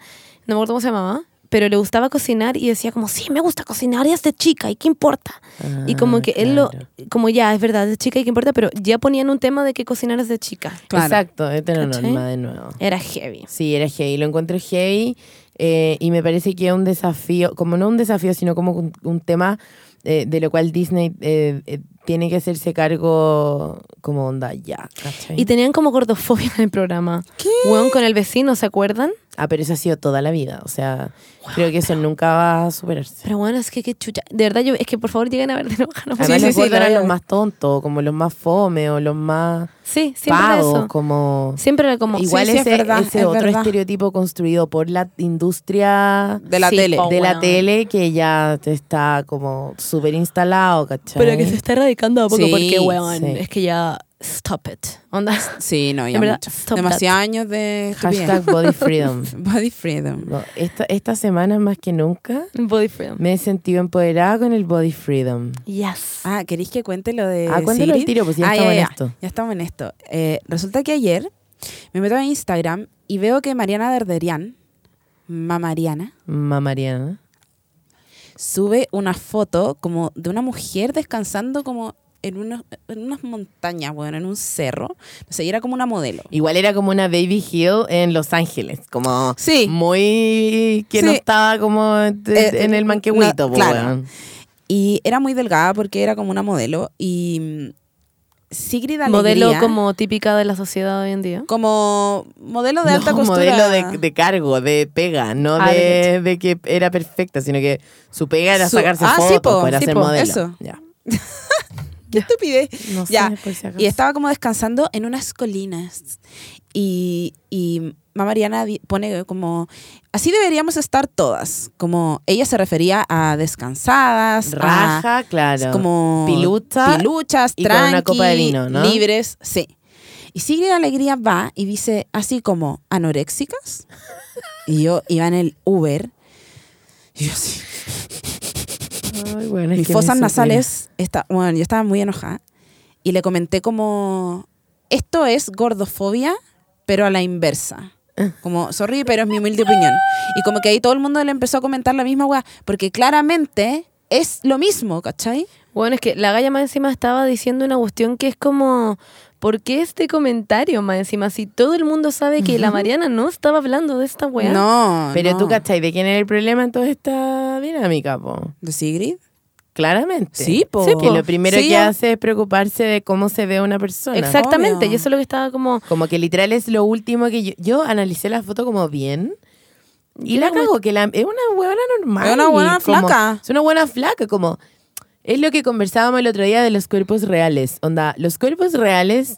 me acuerdo cómo se llamaba, pero le gustaba cocinar y decía como, sí, me gusta cocinar y es de chica, ¿y qué importa? y como
Ah,
que él lo,
claro.
como ya, es verdad, es de chica y qué importa, pero ya ponían un tema de que cocinar es de chica.
Claro.
Exacto, heteronorma
¿Cachai?
de nuevo.
Era heavy.
Sí, era heavy, lo encuentro heavy eh, y me parece que es un desafío, como no un desafío, sino como un, un tema eh, de lo cual Disney eh, eh, tiene que hacerse cargo como onda ya, ¿cachai?
Y tenían como gordofobia en el programa. ¿Qué? con el vecino, ¿se acuerdan?
ah, pero eso ha sido toda la vida, o sea, creo que eso nunca va a superarse.
Pero bueno, es que qué chucha. De verdad, yo, es que por favor lleguen a ver de nuevo Hannah
Además,
sí, sí,
los gordos
la
eran
verdad.
los más tontos, como los más fome o los más
Sí, siempre era
pagos,
eso.
como...
Siempre era como.
Igual
sí, es
ese,
verdad,
ese
es
otro
verdad.
estereotipo construido por la industria
De la
Sí,
tele.
po.
de la
bueno.
tele que ya te está como súper instalado, ¿cachai?
Pero que se está erradicando a poco
Sí,
porque, weón,
sí.
es que ya. Stop it. Onda.
Sí, no, ya
En verdad,
mucho.
stop
Demasiados años de estupidez.
Hashtag body freedom.
Body freedom.
No, esta, esta semana más que nunca
Body freedom.
me he sentido empoderada con el body freedom.
Yes.
Ah, ¿queréis que cuente lo de
Ah, cuéntalo al
Sigrid?
tiro, pues ya
Ah,
estamos en
ya,
esto.
Ya estamos en esto. Eh, resulta que ayer me meto en Instagram y veo que Mariana Darderian, mamariana,
Mamariana.
sube una foto como de una mujer descansando como en, unos- en unas montañas, bueno, en un cerro. O sea, y era como una modelo.
Igual era como una Baby Hill en Los Ángeles, como
Sí.
muy que no
Sí.
estaba como en
Eh,
en el manquehuito,
no,
po,
claro.
weón.
Y era muy delgada porque era como una modelo. Y mm, Sigrid Alegría,
Modelo como típica de la sociedad hoy en día.
como modelo de
No,
alta costura.
modelo de, de cargo, de pega, no
Ah,
de, de que era perfecta, sino que su pega era
Su-
sacarse
Ah, sí,
fotos
po,
para
sí,
ser
po,
modelo.
eso.
Ya.
Qué estupidez.
No
Ya,
sé, por si acaso.
Y estaba como descansando en unas colinas. Y, y mamá Mariana di- pone como, así deberíamos estar todas. Como ella se refería a descansadas, a
Raja, claro.
ah, como
pilucha
piluchas,
y con una
tranqui,
copa de vino, ¿no?
libres, sí. Y Sigrid Alegría va y dice así como, ¿anoréxicas? Y yo iba en el Uber. Y yo así,
Ay, bueno, es
mis
que me
fosas
supera.
nasales, está, bueno, yo estaba muy enojada y le comenté como, esto es gordofobia, pero a la inversa.
Ah.
Como, sorry, pero es mi humilde opinión. Y como que ahí todo el mundo le empezó a comentar la misma weá, porque claramente es lo mismo, ¿cachai?
Bueno, es que la galla más encima estaba diciendo una cuestión que es como. ¿Por qué este comentario más encima? Si todo el mundo sabe que la Mariana no estaba hablando de esta weá.
No,
Pero
no.
tú, ¿cachai? ¿De quién era el problema en toda esta dinámica, po?
¿De Sigrid?
Claramente.
Sí, po.
Que lo primero
Sí,
que
ya.
hace es preocuparse de cómo se ve una persona.
Exactamente.
Obvio.
Y eso es lo que estaba como.
Como que literal es lo último que yo... Yo analicé la foto como bien... Y
Yo
la
la
cago, que la, es una huevona normal.
Es una buena
como-
flaca.
Es una buena flaca, como... Es lo que conversábamos el otro día de los cuerpos reales. Onda, los cuerpos reales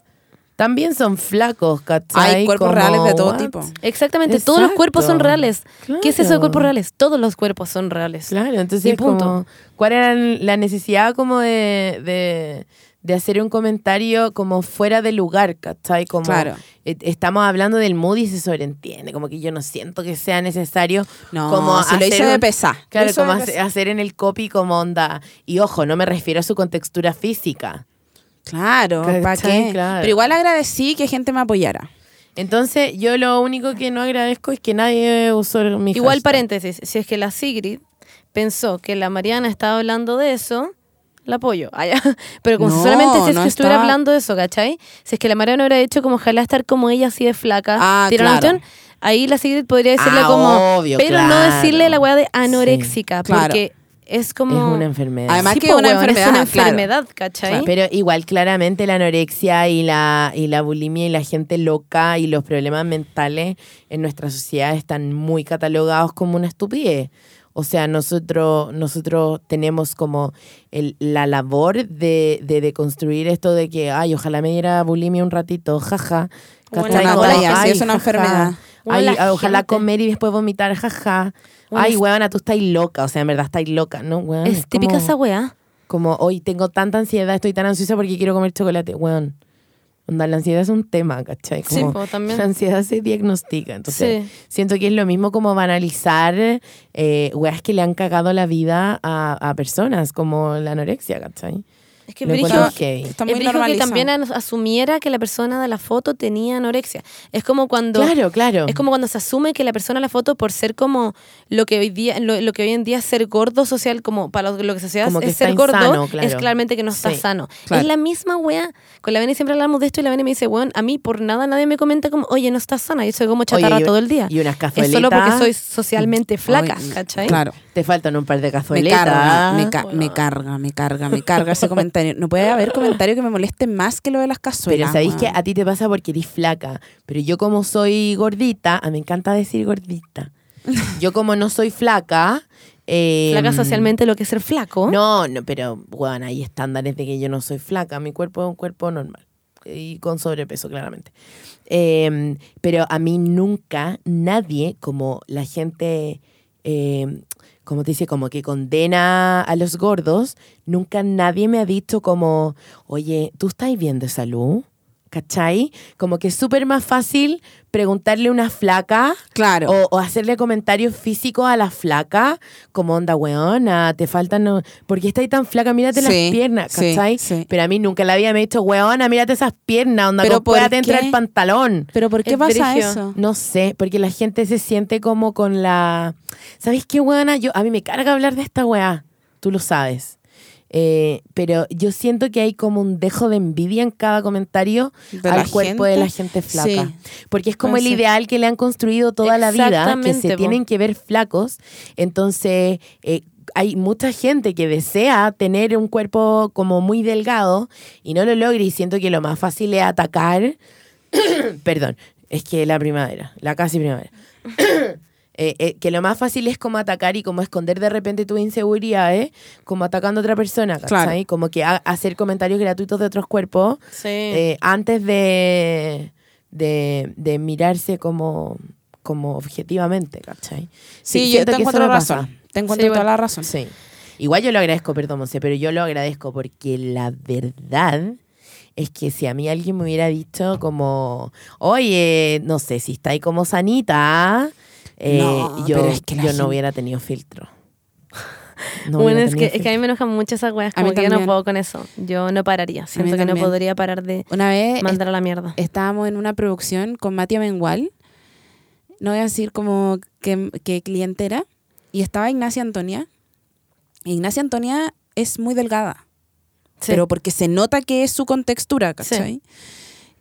también son flacos, ¿cachai?
Hay cuerpos
Como,
reales de todo
what?
tipo.
Exactamente, todos los cuerpos son
Exacto.
reales. ¿Qué es eso de
Claro.
cuerpos reales? Todos los cuerpos son reales.
Claro,
Y
entonces es
punto.
como, ¿cuál era la necesidad como de, de, de hacer un comentario como fuera de lugar, ¿cachai? Como
Claro.
eh, estamos hablando del mood y se sobreentiende, como que yo no siento que sea necesario
No,
como
si lo
hacer
hizo de
un-
pesar.
Claro,
Lo hizo
como
de
hace-
pesar.
hacer en el copy como onda. Y ojo, no me refiero a su contextura física.
Claro, ¿para
¿Cachai?
qué?
Claro.
Pero igual agradecí que gente me apoyara.
Entonces, yo lo único que no agradezco es que nadie usó mi
Igual
hashtag.
paréntesis, si es que la Sigrid pensó que la Mariana estaba hablando de eso, la apoyo. Ah, ya. Pero como si
No,
solamente si es
no
que estuviera
estaba-
hablando de eso, ¿cachai? Si es que la Mariana hubiera dicho como ojalá estar como ella así de flaca,
Ah,
¿tiene una
claro.
cuestión? ahí la Sigrid podría decirle
Ah,
como,
obvio,
pero no
claro.
decirle la weá de anoréxica,
Sí, claro.
porque es
Es
como...
una enfermedad.
Además-
Sí,
que
po,
una
weón, Es una
enfermedad, claro.
enfermedad, ¿cachai?
Claro.
Pero igual claramente la anorexia y la, y la bulimia y la gente loca y los problemas mentales en nuestra sociedad están muy catalogados como una estupidez. O sea, nosotros, nosotros tenemos como el- la labor de, de, deconstruir esto de que, ay, ojalá me diera bulimia un ratito, jaja.
Bueno,
¿Cachai?
Natalia,
Como,
sí,
"Ay,
es una
jaja".
enfermedad.
Ay,
Bueno, la
ojalá
gente.
comer y después vomitar, jaja.
Bueno,
ay,
es-
huevona, tú estás loca. O sea, en verdad estás loca, ¿no? Huevón,
Es típica
como-
esa weá.
como hoy tengo tanta ansiedad, estoy tan ansiosa porque quiero comer chocolate. Weón, onda, la ansiedad es un tema, ¿cachai?
Sí,
Como
po, también.
La ansiedad se diagnostica. Entonces,
Sí.
siento que es lo mismo como banalizar eh, weas que le han cagado la vida a, a personas, como la anorexia, ¿cachai?
Es que
Lo
brígido-
encuentro
Está-
heavy.
Está
Es
muy
brígido que
normalizado.
también as- asumiera que la persona de la foto tenía anorexia. Es como cuando
Claro, claro.
es como cuando se asume que la persona de la foto por ser como lo que hoy día lo, lo que hoy en día es ser gordo social como para lo, lo que se
Como que
es
está
ser gordo
insano, claro.
es claramente que no está
Sí,
sano.
claro.
Es la misma wea. Con la Vene siempre hablamos de esto y la Vene me dice, "Weón, a mí por nada nadie me comenta como, "Oye, no estás sana." Yo soy como chatarra
Oye, y-
todo el día."
Y unas
Es
cazuelitas.
solo porque soy socialmente flaca,
Ay,
¿cachai?
Claro.
Te faltan un par de
Me
cazuelitas.
carga, me, ca- me carga, me carga, me carga ese comentario. No puede haber comentario que me moleste más que lo de las
Pero
cazuelas.
sabéis que
weón.
a ti te pasa porque eres flaca. Pero yo como soy gordita, a mí me encanta decir gordita. Yo como no soy flaca... eh,
Flaca socialmente lo que es ser flaco.
No, no, pero bueno, hay estándares de que yo no soy flaca. Mi cuerpo es un cuerpo normal. Y con sobrepeso, claramente. Eh, pero a mí nunca nadie, como la gente, eh, como te dice, como que condena a los gordos, nunca nadie me ha dicho como, oye, ¿tú estás bien de salud? ¿Cachai? Como que es súper más fácil preguntarle a una flaca
Claro.
o, o hacerle comentarios físicos a la flaca, como onda, weona, te faltan. no- ¿Por qué estás tan flaca? Mírate
Sí,
las piernas,
sí,
¿cachai?
sí.
Pero a mí nunca la había me dicho, weona, mírate esas piernas, onda,
Pero
pero
¿por
pueda te entra
qué?
el pantalón.
Pero ¿por qué
Es
pasa
brigio.
eso?
No sé, porque la gente se siente como con la. ¿Sabes qué, weona? Yo, a mí me carga hablar de esta weá. Tú lo sabes. Eh, pero yo siento que hay como un dejo de envidia en cada comentario
De
al
la
cuerpo de
gente.
la gente flaca.
Sí.
Porque es como
Puede
el
ser.
ideal que le han construido toda la vida, que
Exactamente,
se
po.
tienen que ver flacos. Entonces, eh, hay mucha gente que desea tener un cuerpo como muy delgado y no lo logra y siento que lo más fácil es atacar. Perdón, es que la primavera, la casi primavera. Eh, eh, que lo más fácil es como atacar y como esconder de repente tus inseguridades, como atacando a otra persona, ¿cachai?
Claro.
Como que ha- hacer comentarios gratuitos de otros cuerpos
Sí.
eh, antes de, de, de mirarse como, como objetivamente, ¿cachai?
Sí, yo
siento
te
que eso
encuentro
me pasa.
razón. Te encuentro
Sí,
toda
bueno.
la razón.
Sí. Igual yo lo agradezco, perdón, Monse, pero yo lo agradezco porque la verdad es que si a mí alguien me hubiera dicho como, oye, no sé, si está ahí como sanita, eh,
No,
yo,
pero es que la
yo
gente-
no hubiera tenido filtro.
bueno,
hubiera
es que,
tenido
es que a mí me enojan mucho esas weas.
A mí
Como que yo no
también.
puedo con eso. Yo no pararía. Siento que no
también. Eh,
podría parar de
Una vez
mandar a la mierda.
estábamos en una producción con Matia Mengual. No voy a decir como que, que cliente era. Y estaba Ignacia Antonia. Ignacia Antonia es muy delgada.
Sí.
Pero porque se nota que es su contextura, ¿cachai?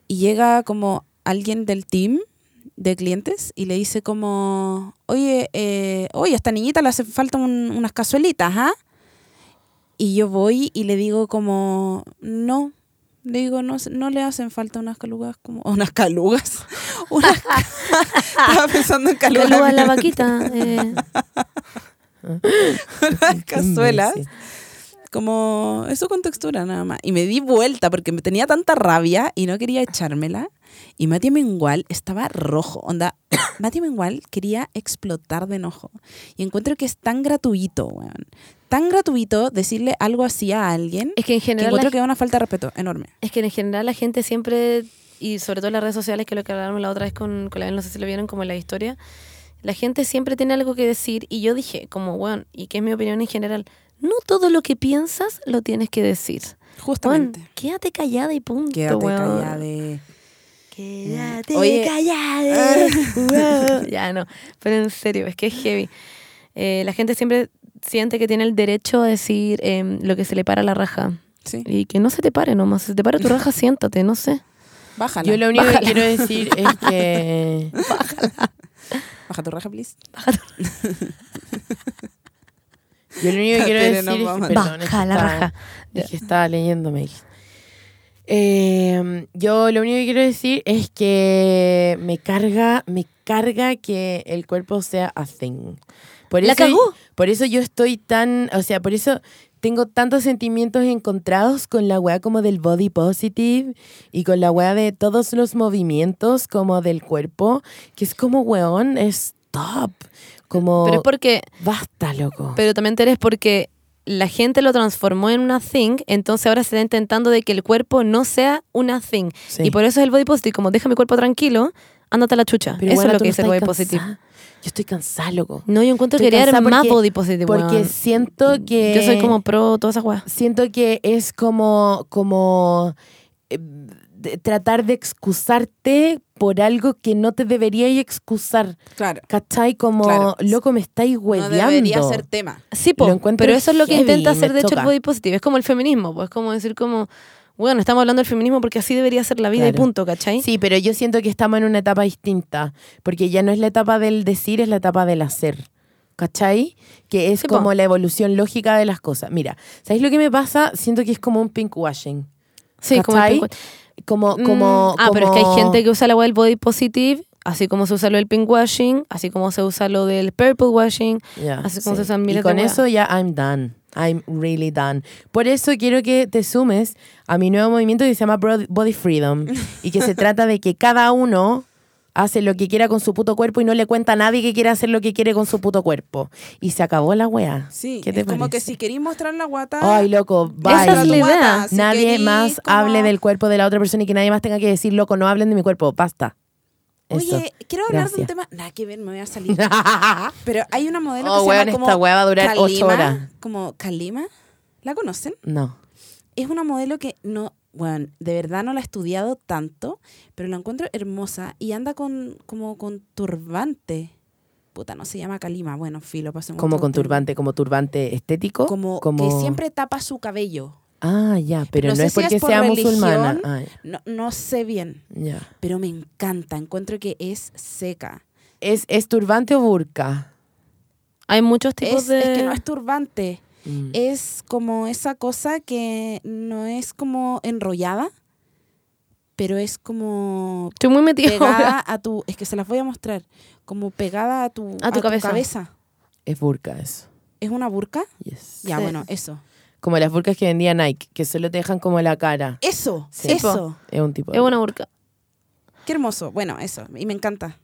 Y llega como alguien del team de clientes y le dice como, oye, eh, oye, a esta niñita le hace falta un- unas cazuelitas, ¿ah? Y yo voy y le digo como, no. Le digo, no, se- no le hacen falta unas calugas como... Unas calugas. Unas ca- Estaba pensando en calugas.
Saluda a la vaquita. eh.
unas cazuelas.
imbécil.
como eso con textura nada más. Y me di vuelta porque me tenía tanta rabia y no quería echármela. Y Mati Mengual estaba rojo. Onda, Mati Mengual quería explotar de enojo. Y encuentro que es tan gratuito, weón. Tan gratuito decirle algo así a alguien
Es que en
que
general. la-
encuentro que es una falta de respeto enorme.
es que en general la gente siempre. Y sobre todo en las redes sociales, que es lo que hablábamos la otra vez con, con la no sé si lo vieron como en la historia. La gente siempre tiene algo que decir. Y yo dije, como, weón, y que es mi opinión en general. No todo lo que piensas lo tienes que decir. Weón,
Justamente.
quédate callada y punto.
Quédate
weón.
Mm,
callada. de-
Quédate
Oye.
callada.
ah,
Wow. Ya no, pero en serio, es que es heavy. Eh, la gente siempre siente que tiene el derecho a decir em, lo que se le para la raja.
Sí.
Y que no se te pare nomás. Si se te para tu raja, siéntate, no sé.
Bájala.
Yo lo único que quiero decir es que
Baja tu raja, please.
Yo lo único que quiero
Tere
decir
no
es
va a
que,
matar.
perdón, es que
Baja la
estaba-
raja.
es que estaba leyendo mails. Eh, yo lo único que quiero decir es que me carga, me carga que el cuerpo sea a thing. Por
¿La
eso,
cagó?
Por eso yo estoy tan, o sea, por eso tengo tantos sentimientos encontrados con la weá como del body positive y con la weá de todos los movimientos como del cuerpo, que es como weón, stop. Como Ah.
Pero es porque
basta, loco.
Pero también te eres porque la gente lo transformó en una thing, entonces ahora se está intentando de que el cuerpo no sea una thing.
Sí.
Y por eso es el body positive, como deja mi cuerpo tranquilo, ándate a la chucha.
Pero
eso
weona,
es lo
tú
que
no
dice el
estás
body positive.
cansada. Yo estoy cansada, loco.
No, yo encuentro
Estoy
que debería haber
cansada
más
porque-
body positive.
Porque
weón.
siento que.
Yo soy como pro todas esas weas.
Siento que es como. como eh, de- tratar de excusarte por algo que no te deberíais excusar.
Claro.
¿Cachai? Como,
Claro.
loco, me estáis
No
hueveando.
debería ser tema.
Sí,
Lo
po,
encuentro
pero eso es lo que
heavy,
intenta hacer
me
de hecho el
choca.
body positive. Es como el feminismo, pues como decir como, bueno, estamos hablando del feminismo porque así debería ser la vida y
Claro.
punto, ¿cachai?
Sí, pero yo siento que estamos en una etapa distinta, porque ya no es la etapa del decir, es la etapa del hacer. ¿Cachai? Que es
Sí, po.
como la evolución lógica de las cosas. Mira, ¿sabéis lo que me pasa? Siento que es como un pink washing.
Sí, como el
¿Cachai?
pink-
Como,
Mm,
como.
ah, pero es que hay
como-
gente que usa la web del body positive, así como se usa lo del pink washing, así como se usa lo del purple washing.
Ya,
así como se usan miles
Y con
de weas.
eso ya I'm done. I'm really done. Por eso quiero que te sumes a mi nuevo movimiento que se llama Bro- Body Freedom y que se trata de que cada uno hace lo que quiera con su puto cuerpo y no le cuenta a nadie que quiere hacer lo que quiere con su puto cuerpo. Y se acabó la wea.
Sí,
¿Qué te
es como que
parece?
si queréis mostrar la guata.
Ay, loco, bye.
Esa es la idea.
Si
nadie
querís,
más
como-
hable del cuerpo de la otra persona y que nadie más tenga que decir, loco, no hablen de mi cuerpo, basta. Eso.
Oye, quiero hablar de un
Gracias.
tema. Nada que ver, me voy a salir. Pero hay una modelo
Oh,
que se
weón,
llama como
esta weá va a durar
Kalima,
ocho horas.
Como Kalima. ¿La conocen?
No.
Es una modelo que no, bueno, de verdad no la he estudiado tanto, pero la encuentro hermosa y anda con como con turbante. Puta, no se llama Kalima. Bueno, filo, pasemos.
Como
otro
con
tema.
turbante, como turbante estético.
Como, que siempre tapa su cabello.
Ah, ya, pero
No
no,
sé
es
si es
porque
por
sea
religión.
musulmana. Ah,
No, no sé bien,
ya.
pero me encanta. Encuentro que es seca.
¿Es, ¿Es turbante o burka?
Hay muchos tipos
Es,
de...
es que no es turbante.
Mm.
Eh, es como esa cosa que no es como enrollada, pero es como
Estoy muy metida ahora.
pegada a tu, es que se las voy a mostrar, como pegada a tu,
A tu cabeza.
Es burka eso.
¿Es una burka?
Yes.
Ya,
Sí.
bueno, eso.
Como las burkas que vendía Nike, que solo te dejan como la cara.
Eso,
Sí.
eso.
Es un tipo. de-
Es una burka.
Qué hermoso. Bueno, eso. Y me encanta.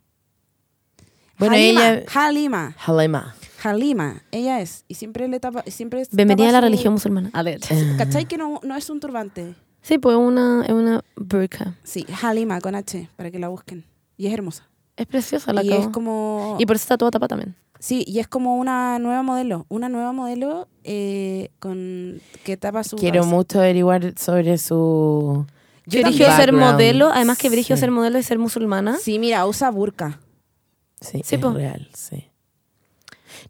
Bueno,
Halima,
ella.
Halima,
Halema.
Halima, ella es. Y siempre le tapa, siempre es-
Bienvenida a
tapa
la
su-
religión musulmana. A ver.
¿Cachai que no, no es un turbante?
Sí, pues es una, es una burka.
Sí, Halima con H, para que la busquen. Y es hermosa.
Es preciosa la
y
cagó.
es como...
Y por eso está toda tapa también.
Sí, y es como una nueva modelo, una nueva modelo eh, con que tapa su
Quiero
cabeza.
mucho averiguar sobre su.
Yo
Yo
eligió
también.
ser
Background.
modelo, además que eligió
Sí.
ser modelo y ser musulmana.
Sí, mira, usa burka.
Sí,
Sí,
es
po.
real, sí.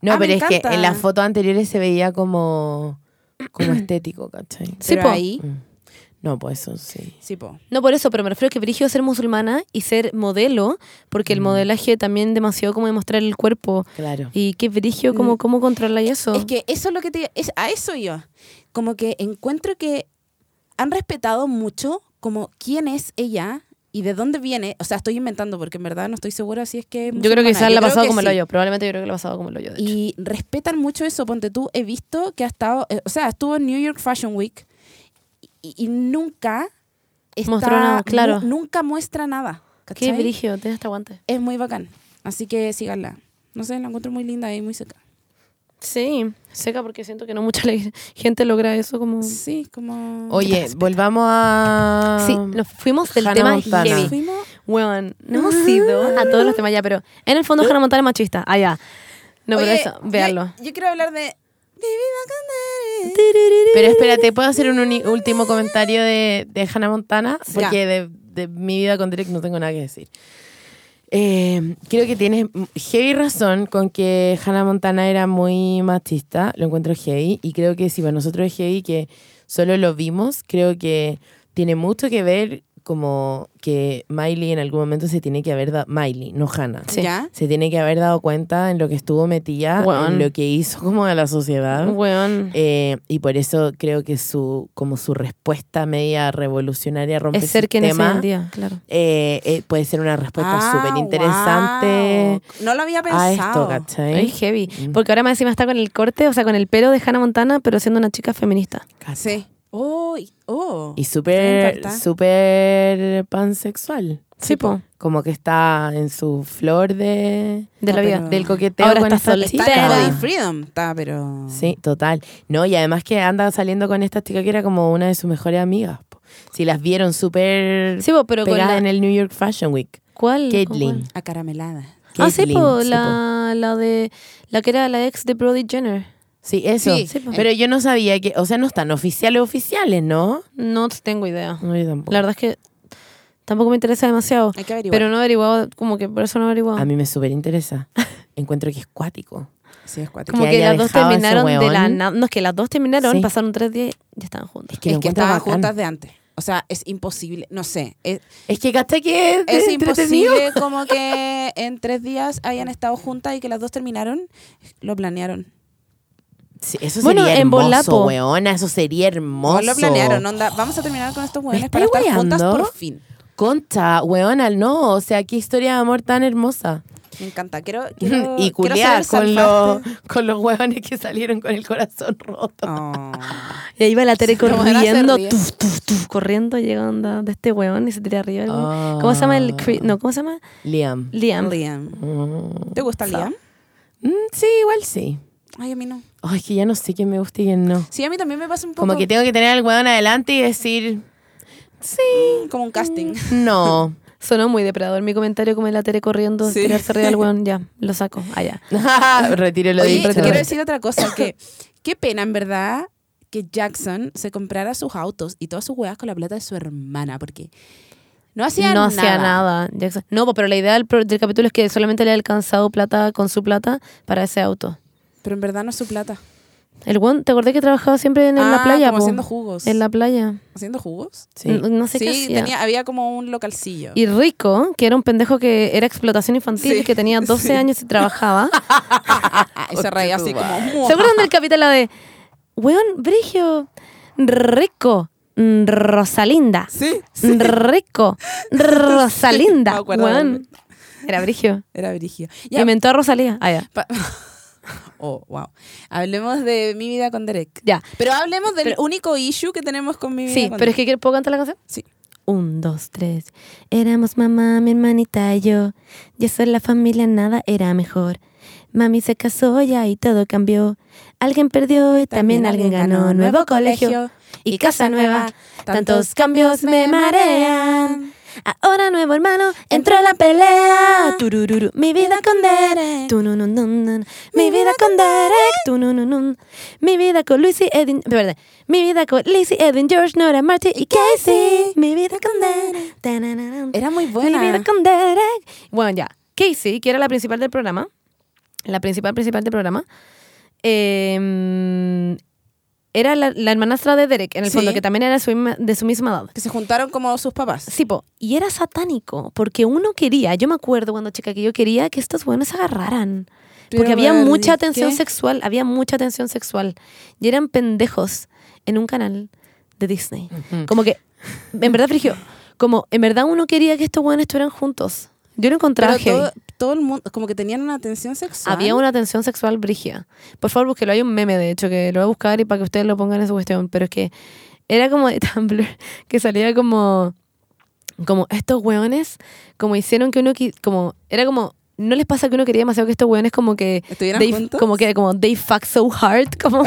No,
Ah, me
pero es que
encanta.
en las fotos anteriores se veía como. como estético, ¿cachai?
Sí,
pero
po.
ahí,
Mm. No, pues eso sí.
sí, po.
No por eso, pero me refiero a que eligió ser musulmana y ser modelo, porque
Mm.
el modelaje también demasiado como demostrar el cuerpo.
Claro.
Y qué brillo, ¿cómo, cómo controla eso?
Mm. Es que eso es lo que te es a eso yo. Como que encuentro que han respetado mucho como quién es ella y de dónde viene, o sea, estoy inventando porque en verdad no estoy segura si es que es
yo creo que
musulmana.
quizás la ha
creo
pasado
que
como
sí.
el hoyo. Probablemente yo creo que la ha pasado como el hoyo. de hecho.
Y respetan mucho eso. Ponte tú, he visto que ha estado, eh, o sea, estuvo en New York Fashion Week y, y nunca está-
Mostró nada, claro.
nu- nunca muestra nada.
qué
¿cachai?
brillo, tenés hasta guante.
Es muy bacán. Así que síganla. No sé, la encuentro muy linda y muy seca.
Sí, seca porque siento que no mucha le- gente logra eso como... Sí,
Sí, como.
Oye, volvamos a.
nos fuimos del
Hannah
tema
Montana.
heavy.
Fuimos-
Weón, no
Ah.
hemos ido a todos los temas ya, pero en el fondo Hannah Montana es machista. Ah, ya. No, pero
Oye,
eso, véanlo.
Yo, yo quiero hablar de. Mi vida con él.
Pero espérate, ¿puedo hacer un uni- último comentario de, de Hannah Montana?
Ya.
Porque de, de mi vida con Derek no tengo nada que decir. Eh, creo que tienes heavy razón con que Hannah Montana era muy machista, lo encuentro heavy, y creo que si para nosotros es heavy que solo lo vimos, creo que tiene mucho que ver como que Miley en algún momento se tiene que haber dado, Miley, no Hannah,
Sí.
¿Ya?
se tiene que haber dado cuenta en lo que estuvo metida,
Weón.
en lo que hizo como a la sociedad.
Weón.
Eh, y por eso creo que su como su respuesta media revolucionaria rompe
es ser quien es hoy
sistema,
en día, claro.
eh, eh, puede ser una respuesta
Ah,
súper interesante
wow. No lo había
a esto,
pensado.
¿cachai?
Es heavy.
Mm.
Porque ahora más encima está con el corte, o sea, con el pelo de Hannah Montana, pero siendo una chica feminista.
sí. Oh, y- oh.
Y
Me
súper,
encanta.
súper pansexual.
Sí, po.
Como que está en su flor de,
De la
No,
vida.
pero-
del coqueteo
Ahora
con
está
esta
soltera.
Está en
Chica.
Lady Freedom, está, pero.
Mm.
Sí, total. No, y además que anda saliendo con esta chica que era como una de sus mejores amigas. po. Si las vieron súper
Sí, po, pero con
pegadas
la...
en el New York Fashion Week.
¿Cuál? ¿Con
Caitlyn.
cuál?
Acaramelada.
Ah, sí, po,
Caitlyn, sí, po.
la, la de... La que era la ex de Brody Jenner.
Sí, eso.
Sí,
sí, po.
Pero yo no sabía que, o sea, no están oficiales oficiales, ¿no?
No tengo idea.
No, yo tampoco.
La verdad es que tampoco me interesa demasiado.
Hay que averiguar.
Pero no averiguado, como que por eso no averiguado.
A mí me súper interesa. Encuentro que es cuático.
sí, es cuático.
Como
que
que,
haya
las dos
dejado a ese
terminaron de la
weón.
nada. No, es que las dos terminaron,
Sí.
pasaron tres días y ya estaban juntas.
Es que,
es
lo
que
encuentro
estaban
bacán.
juntas de antes. O sea, es imposible. No sé. Es,
Es que caché que es,
es
entretenido.
imposible como que en tres días hayan estado juntas y que las dos terminaron. Lo planearon.
Sí, eso
Bueno,
sería
en
hermoso,
Volapo.
weona. Eso sería
No
hermoso.
lo planearon, onda. Vamos a terminar con estos hueones para estar
estáis
juntas
hueando?
por fin.
Concha, weona, no. O sea, qué historia de amor tan hermosa.
Me encanta. Quiero, quiero-
y
quiero
culear
saber
con los,
salvarte.
con los huevones que salieron con el corazón roto.
Oh.
Y ahí va la Tere
La buena se
corriendo,
ríe.
tuf, tuf, tuf, corriendo, llega onda de este weón y se tira arriba. del weón. ¿Cómo se llama el Chris- No, ¿cómo se llama?
Liam.
Liam.
Ah. Liam.
Mm,
¿Te gusta Liam?
sí, igual sí.
Ay, a mí no.
Ay, es que ya no sé quién me gusta y quién no.
Sí, a mí también me pasa un poco
Como que tengo que tener al huevón adelante y decir, sí,
como un casting.
no.
Sonó muy depredador mi comentario como la Tere corriendo,
Sí.
tirarse arriba del weón. Ya, lo saco. Allá.
Retiro lo
Oye,
dicho.
quiero decir otra cosa, que qué pena, en verdad, que Jackson se comprara sus autos y todas sus huevas con la plata de su hermana, porque no hacía nada.
no hacía nada. Jackson. No, po, pero la idea del, pro- del capítulo es que solamente le ha alcanzado plata con su plata para ese auto.
Pero en verdad no es su plata.
El weón, ¿te acordé que trabajaba siempre en,
Ah,
la playa?
como
po?
haciendo jugos.
En la playa.
¿Haciendo jugos?
Sí. Mm.
No, no sé qué
sí,
hacía.
tenía, había como un localcillo.
Y Rico, que era un pendejo que era explotación infantil,
Sí,
que tenía 12
sí.
años y trabajaba.
Ah, y se reía así como...
¿Se acuerdan del capítulo de Weón Brigio? Rico. mm, Rosalinda. mm,
Sí,
Rico. Rosalinda.
me acuerdo
Weón. Era Brigio.
era Virgilio.
Inventó a Rosalía. Ah, ya.
Oh, wow. Hablemos de mi vida con Derek.
Ya.
Pero hablemos del
Pero-
único issue que tenemos con mi vida
Sí,
con
pero es
Derek.
que ¿puedo cantar la canción?
Sí.
Un, dos, tres. Éramos mamá, mi hermanita y yo. Y eso en la familia nada era mejor. Mami se casó ya y todo cambió. Alguien perdió y también, alguien ganó. Nuevo colegio y casa nueva. Tantos cambios me marean. Ahora nuevo hermano, entró a la pelea. Turururu, mi vida con Derek. Tunununun, mi vida con Derek. Tunununun, mi vida con Luis y Edwin. Perdón. Mi vida con Liz y Edwin, George, Nora, Marty y Casey. Mi vida con Derek. Tananana.
Era muy buena.
Mi vida con Derek. Bueno, ya. Casey, que era la principal del programa, la principal principal del programa, eh, era la, la hermanastra de Derek, en el
Sí.
fondo, que también era de su misma- de su misma edad.
Que se juntaron como sus papás.
Sí, po. Y era satánico, porque uno quería, yo me acuerdo cuando chica que yo quería que estos buenos se agarraran.
Pero
porque había
bueno,
mucha
¿qué?
tensión sexual, había mucha tensión sexual. Y eran pendejos en un canal de Disney. Como que, en verdad, Frigio, como en verdad uno quería que estos buenos estuvieran juntos. Yo lo encontraba
Pero
heavy.
todo, todo el mundo, como que tenían una tensión sexual.
Había una tensión sexual brígida. Por favor, búsquelo. Hay un meme, de hecho, que lo voy a buscar y para que ustedes lo pongan en su cuestión. Pero es que era como de Tumblr, que salía como... Como estos hueones, como hicieron que uno... qui- Como, era como... ¿No les pasa que uno quería demasiado que estos hueones como que...
¿Estuvieran
they-
juntos?
Como que como they fuck so hard. Como...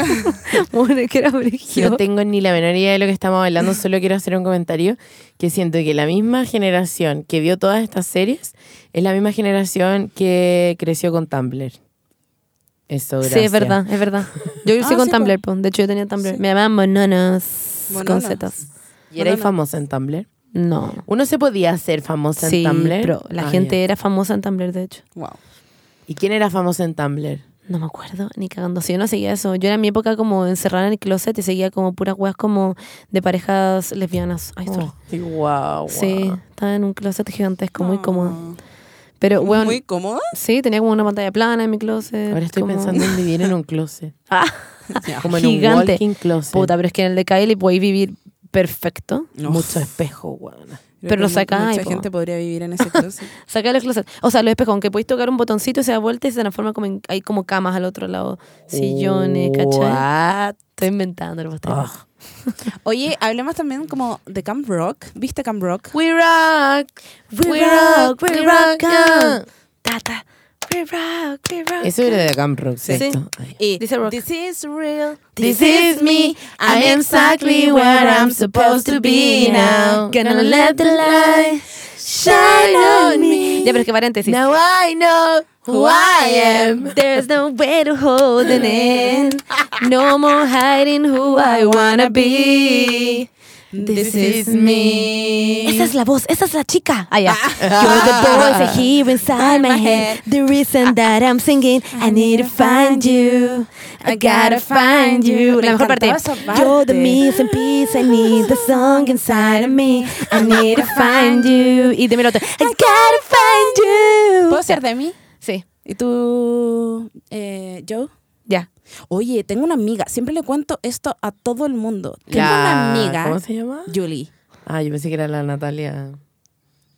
bueno, que era brígido.
No tengo ni la menor idea de lo que estamos hablando, solo quiero hacer un comentario que siento que la misma generación que vio todas estas series es la misma generación que creció con Tumblr. Eso, gracias.
Sí, es verdad, es verdad. Yo crecí
Ah,
con
sí,
pues.
Tumblr, po. de hecho yo tenía Tumblr.
Sí.
Me llamaban mononos, con
Mononos.
zetas.
¿Y erais
Bueno, no.
famosa en Tumblr?
No.
Uno se podía hacer famosa
Sí,
en Tumblr.
pero la
Ah,
gente
ya.
era famosa en Tumblr, de hecho.
Wow.
¿Y quién era famosa en Tumblr?
No me acuerdo, ni cagando. Si yo no seguía eso. Yo era en mi época como encerrada en el closet y seguía como puras weas como de parejas lesbianas. Ay, sorry.
wow,
Sí, estaba en un closet gigantesco,
Oh.
muy cómodo. Pero, weón,
Ah. ¿Muy cómoda?
sí, tenía como una pantalla plana en mi closet.
Ahora estoy
como-
pensando en vivir en un closet.
Ah,
Ya.
Como en un
Gigante.
walking closet.
puta, pero es que en el de Kylie podéis vivir perfecto.
No.
Mucho espejo, weona.
Creo
pero
que
lo
mu-
sacáis,
Mucha
po.
gente podría vivir en ese closet.
Saca los closets. O sea, los espejos, aunque podéis tocar un botoncito y se da vuelta y se transforma como en. Hay como camas al otro lado, sillones, ¿cachai?
What?
Estoy inventando el pastel.
Ah.
Oye, hablemos también como de Camp Rock. ¿Viste Camp Rock?
We rock,
We rock, we rock,
yeah.
Tata, we rock, we rock.
Eso era de Camp Rock,
Sí.
¿cierto? Ay.
Y
Dice Rock.
This is real.
This is me. I am exactly where I'm supposed to be now.
Gonna let the light
shine on me.
Ya, pero es que paréntesis.
Now I know who I am.
There's no way to hold an end. No more hiding who I wanna be.
This is me.
Esa es la voz, esa es la chica. Ah, ya. You're the voice I hear inside my head. The reason that I'm singing, I need to find you. I gotta find you.
Me
La mejor parte.
encantaba esa parte.
You're the missing piece, I need the song inside of me. I need to find you. Y dime el otro. I gotta find you.
¿Puedo ser de mí?
Sí,
¿Y tú, eh, Joe?
ya.
Oye, tengo una amiga. Siempre le cuento esto a todo el mundo. Tengo
La-
una amiga.
¿Cómo se llama?
Julie.
Ah, yo pensé que era la Natalia.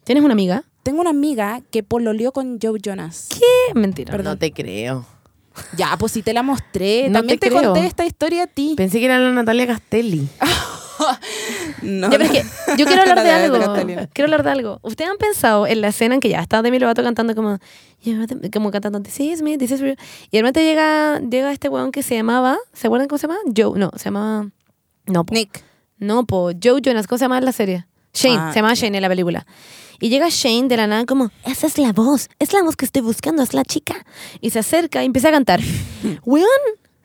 ¿Tienes una amiga?
Tengo una amiga que pololeó con Joe Jonas.
¿Qué? Mentira.
No te creo.
Ya, pues si te la mostré.
No
También
te
te,
creo.
conté esta historia a ti.
Pensé que era la Natalia Castelli.
No,
Ya, pero es que yo quiero hablar de
La
algo.
Catalina.
Quiero hablar de algo. ¿Ustedes han pensado en la escena en que ya está Demi Lovato cantando como, "You're the-" como cantando This is me, this is real"? Y de repente llega, llega este weón que se llamaba, ¿se acuerdan cómo se llamaba? Joe, no, se llamaba. No, po.
Nick.
No, po. Joe Jonas, ¿cómo se llamaba en la serie? Shane,
Ah.
se llamaba Shane en la película. Y llega Shane de la nada como, esa es la voz, es la voz que estoy buscando, es la chica. Y se acerca y empieza a cantar. Weón,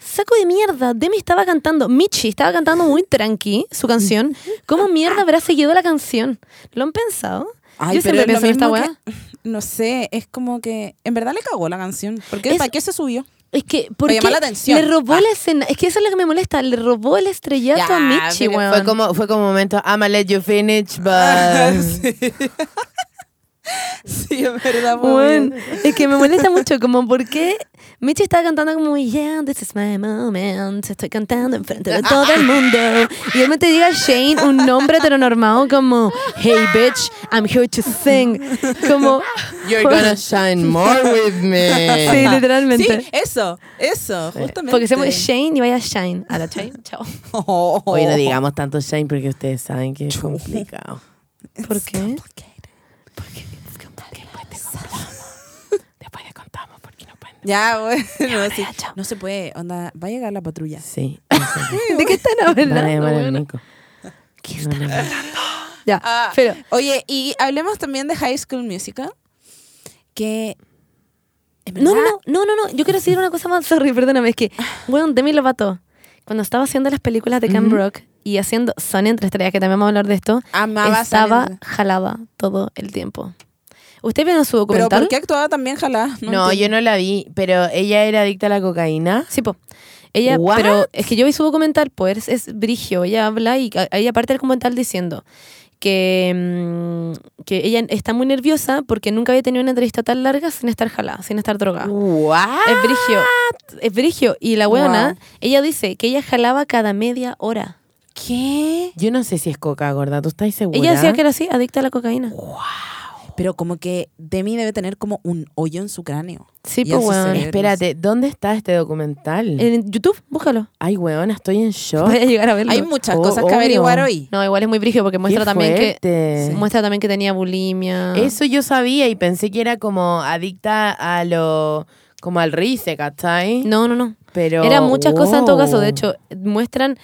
saco de mierda, Demi estaba cantando, Michi estaba cantando muy tranqui su canción. ¿Cómo mierda habrá seguido la canción? ¿Lo han pensado?
Ay,
Yo
pero es
siempre
lo
pienso en esta
mismo
weá.
que- No sé, es como que. En verdad le cagó la canción. ¿Por qué?
Es-
¿Para qué se subió?
Es que, porque
llamar la atención.
le robó
Ah.
la escena, es que eso es lo que me molesta, le robó el estrellato
Ya,
a Michi,
pero
weón.
Fue como, fue como momento, I'ma let you finish,
Ah.
but...
Sí, es verdad,
Bueno, es que me molesta mucho como porque Michi estaba cantando como Yeah, this is my moment Estoy cantando enfrente de todo el mundo Y de repente llega Shane, un nombre heteronormado como Hey bitch, I'm here to sing Como
You're gonna shine more with
Sí,
me.
Sí,
literalmente
eso, eso, justamente.
Porque se llama Shane y vaya Shine A la Shane, chao
Oh.
Hoy no digamos tanto Shane porque ustedes saben que es complicado.
¿Por qué?
Después les contamos porque no pueden.
Ya, bueno, sí.
ya, chao.
No se puede, onda, va a llegar la patrulla.
Sí.
¿De qué están hablando?
Van a llamar al
weona?
Nico.
¿Qué
No,
están
no,
hablando?
no.
Ya,
Ah,
pero
Oye, y hablemos también de High School Musical, que... en
No, no,
verdad, Ah.
no, no, no, no. Yo quiero decir una cosa más. Sorry, perdóname. Es que, weón, Demi Lovato, cuando estaba haciendo las películas de Cam Rock y haciendo Sony entre estrellas, que también vamos a hablar de esto,
Amaba
estaba
Silent-
jalada todo el tiempo. ¿Usted vieron su
Pero
documental?
¿por qué actuaba también jalá?
No, yo no la vi, pero ella era adicta a la cocaína.
Sí, po. Ella,
What?
pero es que yo vi su documental, pues es, es brigio. Ella habla y a- ella parte del documental diciendo que, mm, que ella está muy nerviosa porque nunca había tenido una entrevista tan larga sin estar jalada, sin estar drogada.
What?
Es brigio. Es brigio. Y la weona,
Wow.
ella dice que ella jalaba cada media hora.
¿Qué?
Yo no sé si es coca, gorda. ¿Tú estás segura?
Ella decía que era así, adicta a la cocaína.
Pero como que Demi debe tener como un hoyo en su cráneo.
Sí,
Y
pues
eso
weón.
se-
Espérate, ¿dónde está este documental?
En YouTube, búscalo.
Ay, weona, estoy en shock.
Voy a llegar a verlo.
Hay muchas
Oh,
cosas que
obvio.
averiguar hoy.
No, igual es muy brigio porque muestra
Qué
también que
fuerte.
muestra también que tenía bulimia.
Eso yo sabía y pensé que era como adicta a lo. como al rice, ¿cachai?
No, no, no.
pero.
Era muchas cosas en todo
wow.
caso. De hecho, muestran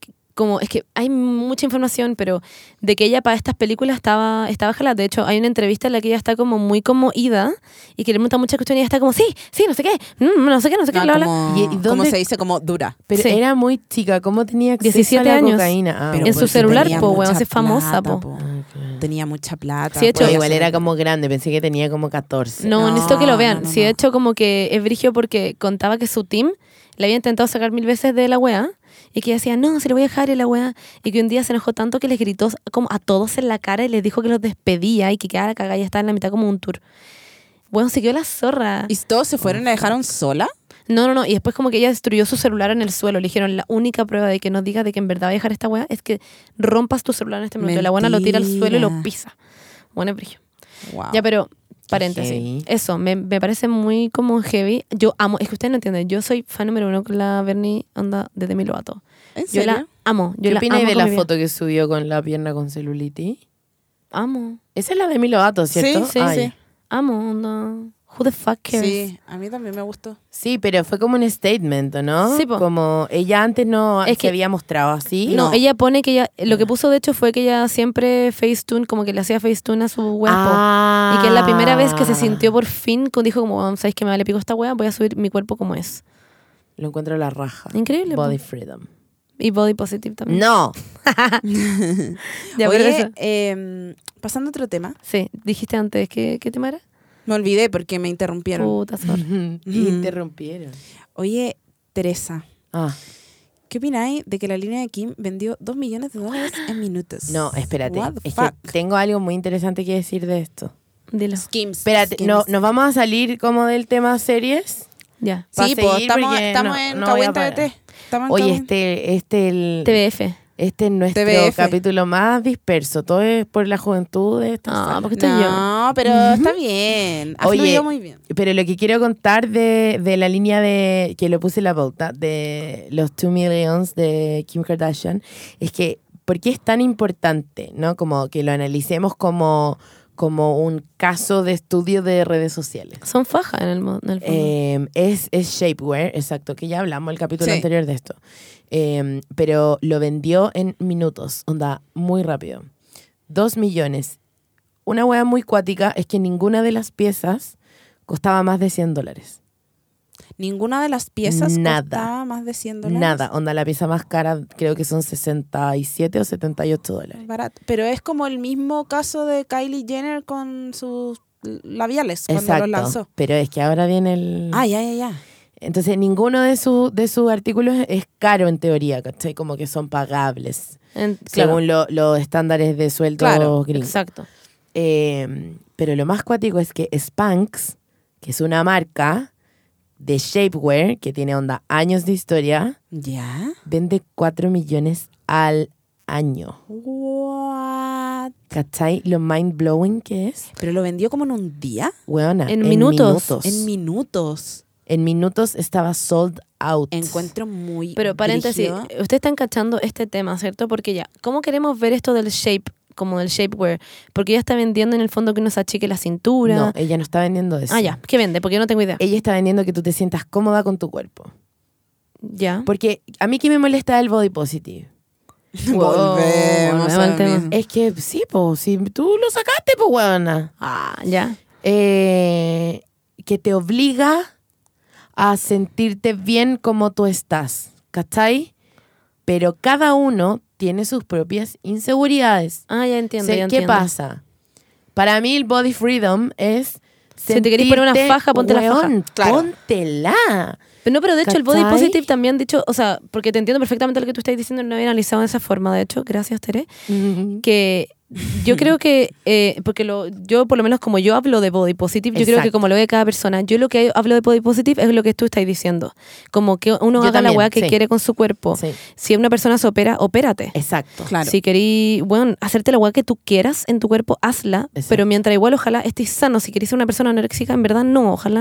que- como, es que hay mucha información, pero de que ella para estas películas estaba, estaba jalada. De hecho, hay una entrevista en la que ella está como muy como ida y que le preguntan muchas cuestiones y ella está como, sí, sí, no sé qué, mm, no sé qué, no sé qué,
Ah,
bla, bla.
como,
¿Y- y
como
dónde-
se dice, como dura.
Pero
Sí.
era muy chica, ¿cómo tenía acceso
17
a la
años.
cocaína? Ah,
Pero
en
bueno.
su
porque
celular,
tenía
po, weón,
mucha
es famosa,
plata,
po.
Ah, claro.
tenía mucha plata. pues,
Sí, de hecho,
Bueno,
podía
igual
hacer-
era como grande, pensé que tenía como 14.
No,
No,
necesito que lo vean.
no,
sí, de
no.
hecho, como que es brigio porque contaba que su team le había intentado sacar mil veces de la weá y que ella decía, no, se lo voy a dejar y la weá. Y que un día se enojó tanto que les gritó como a todos en la cara y les dijo que los despedía y que quedara cagada y estaba en la mitad como un tour. Bueno, se quedó la zorra.
¿Y todos se fueron y la dejaron sola?
No, no, no. Y después como que ella destruyó su celular en el suelo. Le dijeron, la única prueba de que nos digas de que en verdad va a dejar esta weá es que rompas tu celular en este momento. Y La buena lo tira al suelo y lo
Mentira.
pisa. Bueno, es brigio.
Wow.
Ya, pero paréntesis.
heavy.
Eso, me, me parece muy como heavy. Yo amo, es que ustedes no entienden, yo soy fan número uno con la Bernie Onda desde mi lobato.
¿En
Yo
serio?
la amo. Yo
¿Qué
la
opináis
amo
de
con
la
mi vida.
foto que subió con la pierna con celulitis?
Amo,
Esa es la de Milovato, ¿cierto?
Sí, sí,
Ah,
sí.
ya.
amo, onda. Who the fuck cares?
Sí, a mí también me gustó.
Sí, pero fue como un statement, ¿o ¿no?
Sí, po.
Como ella antes no
Es
se
que-
había mostrado así.
No,
No.
ella pone que ella, lo que puso de hecho fue que ella siempre facetune, como que le hacía facetune a su
Ah.
cuerpo. Y que es la primera vez que se sintió por fin, como dijo como, "Oh, ¿sabes que me vale pico esta wea? Voy a subir mi cuerpo como es.
Lo encuentro la raja.
Increíble, po.
Body freedom.
Y body positive también.
No.
Ya, pero
Oye,
eso.
em, pasando a otro tema,
Sí, dijiste antes, ¿qué, qué tema era?
me olvidé porque me interrumpieron.
Puta zorra.
Y Interrumpieron.
Oye, Teresa,
Ah,
¿qué opináis de que la línea de Kim vendió 2 millones de dólares en minutos?
no, espérate.
What the
Es
fuck?
que tengo algo muy interesante que decir de esto.
Dilo.
Skims.
Espérate,
Skims.
no, ¿nos vamos a salir como del tema series?
Ya.
pa'
Sí, pues
seguir
estamos,
porque
estamos
no-
en
no voy
Cahuén
a parar.
TVT. Estamos en
Oye,
Cahuén.
este, este, el,
TBF.
este es nuestro
TVF.
capítulo más disperso. Todo es por la juventud de esta
Ah,
sala.
porque estoy yo.
No, pero está bien. Ha
Oye,
fluido muy bien.
Pero lo que quiero contar de, de la línea de que lo puse en la pauta de los 2 millions de Kim Kardashian es que ¿por qué es tan importante, no? Como que lo analicemos como como un caso de estudio de redes sociales.
Son fajas en el, mo- en el fondo.
Eh, es, es Shapewear, exacto, que ya hablamos el capítulo
Sí.
anterior de esto. Eh, pero lo vendió en minutos, onda, muy rápido. Dos millones. Una hueá muy cuática es que ninguna de las piezas costaba más de 100 dólares.
Ninguna de las piezas
Nada.
costaba más de 100 dólares.
Nada, onda, la pieza más cara creo que son 67 o 78 dólares.
Barato. Pero es como el mismo caso de Kylie Jenner con sus labiales cuando los
Exacto.
lanzó.
Pero es que ahora viene el...
Ah, ya, ya, ya.
Entonces ninguno de, sus de sus artículos es caro en teoría, ¿cachai? Como que son pagables.
En- claro,
según lo- los estándares de sueldo
Claro,
gringos.
Exacto.
Eh, pero lo más cuático es que Spanx, que es una marca de shapewear que tiene onda años de historia,
¿Ya?
vende 4 millones al año.
What?
¿Cachai? Lo mind blowing que es.
Pero lo vendió como en un día,
Weona,
En minutos.
en minutos.
En minutos estaba sold out.
Encuentro muy.
Pero paréntesis,
brígido.
ustedes están cachando este tema, ¿cierto? Porque ya, ¿cómo queremos ver esto del shape, como del shapewear? Porque ella está vendiendo en el fondo que uno se achique la cintura.
No, Eh, ella no está vendiendo eso.
ah, ya, ¿qué vende? Porque yo no tengo idea.
Ella está vendiendo que tú te sientas cómoda con tu cuerpo.
ya.
Porque a mí que me molesta el body positive.
Volvemos
volvemos
al
al tema.
mismo.
Es que sí, pues, si tú lo sacaste, pues, weona.
Ah, ya.
Eh, que te obliga a sentirte bien como tú estás, ¿cachai? Pero cada uno tiene sus propias inseguridades.
Ah, ya entiendo.
Sé-
ya
¿Qué
entiendo.
pasa? Para mí el body freedom es...
Si te querés poner una
sentirte,
faja, ponte la faja.
weón,
Claro.
Póntela.
Pero no, pero de hecho el body
¿Cachai?
positive también, dicho, o sea, porque te entiendo perfectamente lo que tú estás diciendo, no había analizado de esa forma, de hecho, gracias Tere. que yo creo que, eh, porque lo, yo por lo menos como yo hablo de body positive, yo creo que
Exacto.
como lo ve cada persona, yo lo que hablo de body positive es lo que tú estás diciendo. Como que uno
Yo
haga la
también,
weá que
sí.
quiere con su cuerpo.
Sí,
Si una persona se opera, opérate.
exacto.
Claro.
Si querís, bueno, hacerte la weá que tú quieras en tu cuerpo, hazla.
Exacto.
Pero mientras igual, ojalá estés sano. Si querés ser una persona anoréxica, en verdad no, ojalá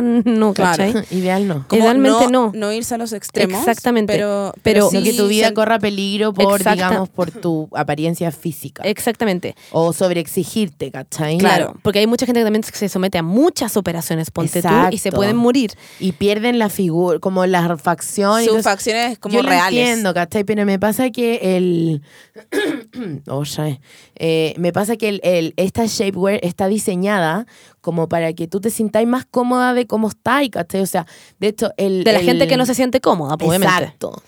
Claro.
no, ¿cachai?
Ideal no.
Como
Idealmente no.
no. No irse a los extremos.
Exactamente.
Pero,
Pero-
No
sí
que tu vida
sen-
corra peligro por,
Exacta-
digamos, por tu apariencia física.
Exactamente.
o sobreexigirte, ¿cachai?
Claro. Porque hay mucha gente que también se somete a muchas operaciones, ponte tú, y se
Exacto.
pueden morir.
Y pierden la figura, como las facciones.
Sus facciones como
Yo lo
reales.
entiendo, ¿cachai? Pero me pasa que el... Oye, eh, me pasa que el, el- esta shapewear está diseñada como para que tú te sintáis más cómoda de cómo estáis, ¿cachai? O sea, de hecho, el...
De la
el-
gente que no se siente cómoda, pues, obviamente.
Exacto.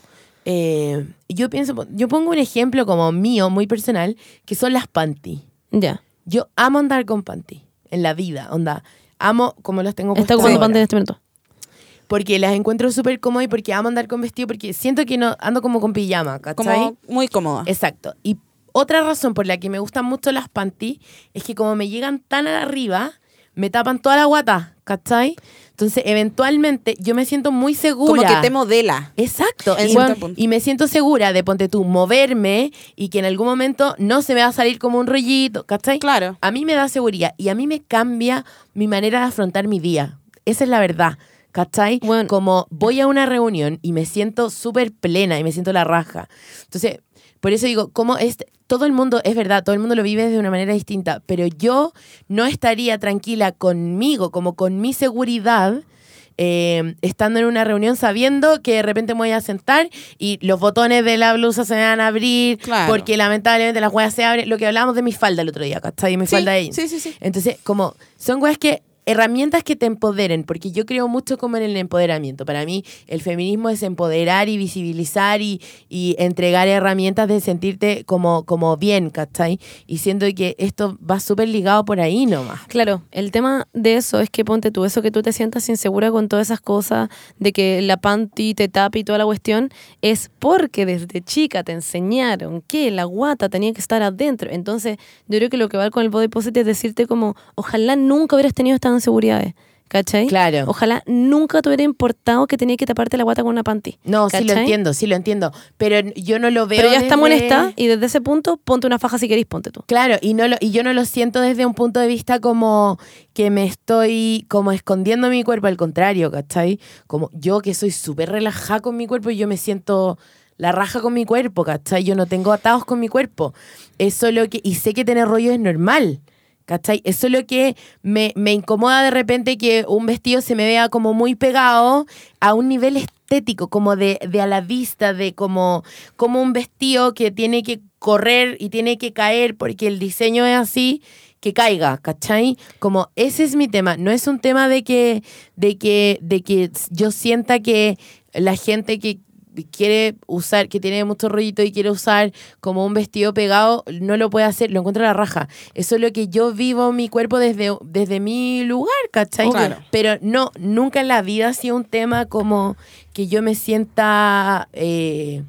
Eh, yo pienso, yo pongo un ejemplo como mío, muy personal, que son las panty.
Ya.
Yo amo andar con panty en la vida, onda. Amo como las tengo
Está
puestas
ocupando
ahora.
panty en este momento.
Porque las encuentro súper cómodas y porque amo andar con vestido, porque siento que no ando como con pijama,
Como
¿cachai?
muy cómoda.
Exacto. Y otra razón por la que me gustan mucho las panty es que como me llegan tan arriba, me tapan toda la guata, ¿cachai? Entonces, eventualmente, yo me siento muy segura.
como que te modela.
Exacto.
En
Y,
cierto
bueno,
punto.
y me siento segura de, ponte tú, moverme y que en algún momento no se me va a salir como un rollito, ¿cachai?
Claro.
A mí me da seguridad y a mí me cambia mi manera de afrontar mi día. Esa es la verdad. ¿Cachai?
Bueno.
Como voy a una reunión y me siento súper plena y me siento la raja. Entonces, por eso digo, como es, todo el mundo, es verdad, todo el mundo lo vive de una manera distinta, pero yo no estaría tranquila conmigo, como con mi seguridad, eh, estando en una reunión sabiendo que de repente me voy a sentar y los botones de la blusa se me van a abrir,
Claro.
porque lamentablemente las weas se abren. Lo que hablábamos de mi falda el otro día, ¿cachai? Mi
Sí,
falda de jeans.
sí, sí, sí.
Entonces, como son weas que herramientas que te empoderen, porque yo creo mucho como en el empoderamiento. Para mí el feminismo es empoderar y visibilizar y, y entregar herramientas de sentirte como, como bien, ¿cachai? Y siento que esto va súper ligado por ahí nomás.
Claro, el tema de eso es que ponte tú, eso que tú te sientas insegura con todas esas cosas, de que la panty te tapa y toda la cuestión, es porque desde chica te enseñaron que la guata tenía que estar adentro. Entonces, yo creo que lo que va con el body positive es decirte como, ojalá nunca hubieras tenido estas inseguridades, ¿cachai?
Claro.
Ojalá nunca te hubiera importado que tenía que taparte la guata con una panty.
No, sí lo
¿cachai?
entiendo, sí lo entiendo, pero yo no lo veo.
Pero, ya está
desde-
molesta y desde ese punto ponte una faja si querís, ponte tú.
Claro, y, no lo, y yo no lo siento desde un punto de vista como que me estoy como escondiendo mi cuerpo, al contrario, ¿cachai? Como yo que soy súper relajada con mi cuerpo, yo me siento la raja con mi cuerpo, ¿cachai? Yo no tengo atados con mi cuerpo. Es solo que, y sé que tener rollo es normal, ¿cachai? Es solo que me, me incomoda de repente que un vestido se me vea como muy pegado a un nivel estético, como de, de a la vista, de como, como un vestido que tiene que correr y tiene que caer porque el diseño es así, que caiga, ¿cachai? Como ese es mi tema, no es un tema de que, de que, de que yo sienta que la gente que quiere usar, que tiene mucho rollito y quiere usar como un vestido pegado, no lo puede hacer, lo encuentro a la raja. Eso es lo que yo vivo mi cuerpo desde, desde mi lugar, ¿cachai?
Claro.
Pero no, nunca en la vida ha sido un tema como que yo me sienta eh,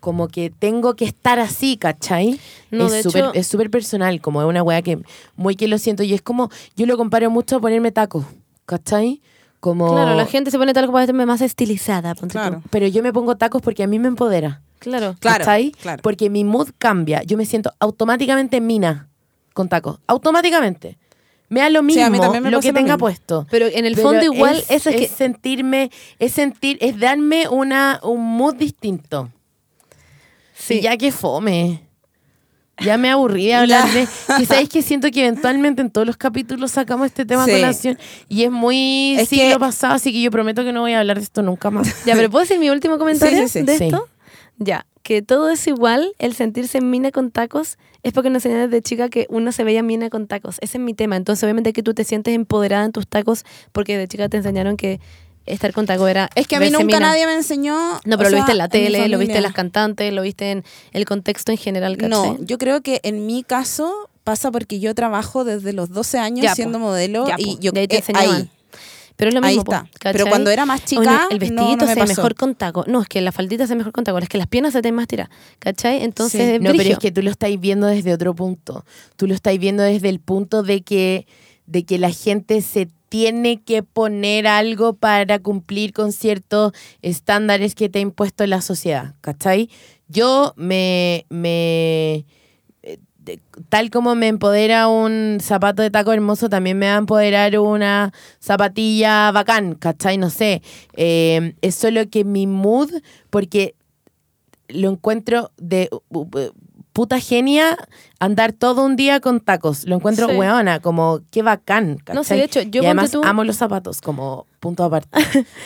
como que tengo que estar así, ¿cachai?
No, de
es súper
hecho-
es súper personal, como es una weá que muy que lo siento. Y es como, yo lo comparo mucho a ponerme tacos, ¿cachai? Como,
Claro, la gente se pone tal como para estarme más estilizada, ponte
Claro.
tú.
Pero yo me pongo tacos porque a mí me empodera.
Claro.
Claro,
¿cachai?
claro.
Porque mi mood cambia. Yo me siento automáticamente mina con tacos. Automáticamente. Me da lo
Sí,
mismo
a mí también me
lo
pasa
que
lo
tenga
mismo.
puesto.
Pero en el
Pero
fondo igual
es,
eso es,
es
que
sentirme, es sentir, es darme una, un mood distinto. Sí. ya que fome. Ya me aburrí de hablar de. Que sabéis que siento que eventualmente en todos los capítulos sacamos este tema
Sí.
a colación y es muy
Es
siglo
que-
pasado, así que yo prometo que no voy a hablar de esto nunca más.
Ya, pero ¿puedo decir mi último comentario
Sí, sí, sí.
de
Sí.
esto? Ya, que todo es igual, el sentirse mina con tacos es porque nos enseñaron desde chica que uno se veía mina con tacos. Ese es mi tema. Entonces, obviamente que tú te sientes empoderada en tus tacos porque de chica te enseñaron que estar con tacos era
Es que a mí
verse
nunca
mina.
nadie me enseñó.
No,
o
pero lo
sea,
viste en la
mi
tele, lo viste
familia.
en las cantantes, lo viste en el contexto en general, ¿cachai?
No, yo creo que en mi caso pasa porque yo trabajo desde los 12 años
Ya, po.
siendo modelo
Ya,
y
po.
yo
De ahí te
eh,
enseñaban.
ahí.
Pero es lo
Ahí
mismo. po,
está. Pero
¿cachai?
cuando era más
O no,
chica, no, no
el vestidito
me
se ve
pasó.
mejor con taco. No, es que la faldita se ve mejor con taco. Es que las piernas se te ven más tiradas. ¿Cachai? Entonces,
Sí.
es
No, pero
brillo.
es que tú lo estáis viendo desde otro punto. Tú lo estáis viendo desde el punto de que, de que la gente se tiene que poner algo para cumplir con ciertos estándares que te ha impuesto la sociedad. ¿Cachai? Yo me. me eh, de- Tal como me empodera un zapato de taco hermoso, también me va a empoderar una zapatilla bacán, ¿cachai? No sé. Eh, es solo que mi mood, porque lo encuentro de u- u- puta genia andar todo un día con tacos. Lo encuentro
Sí.
hueona, como qué bacán. ¿cachai?
No, sí, de hecho, yo
y además
ponte tú-
amo los zapatos, como punto aparte.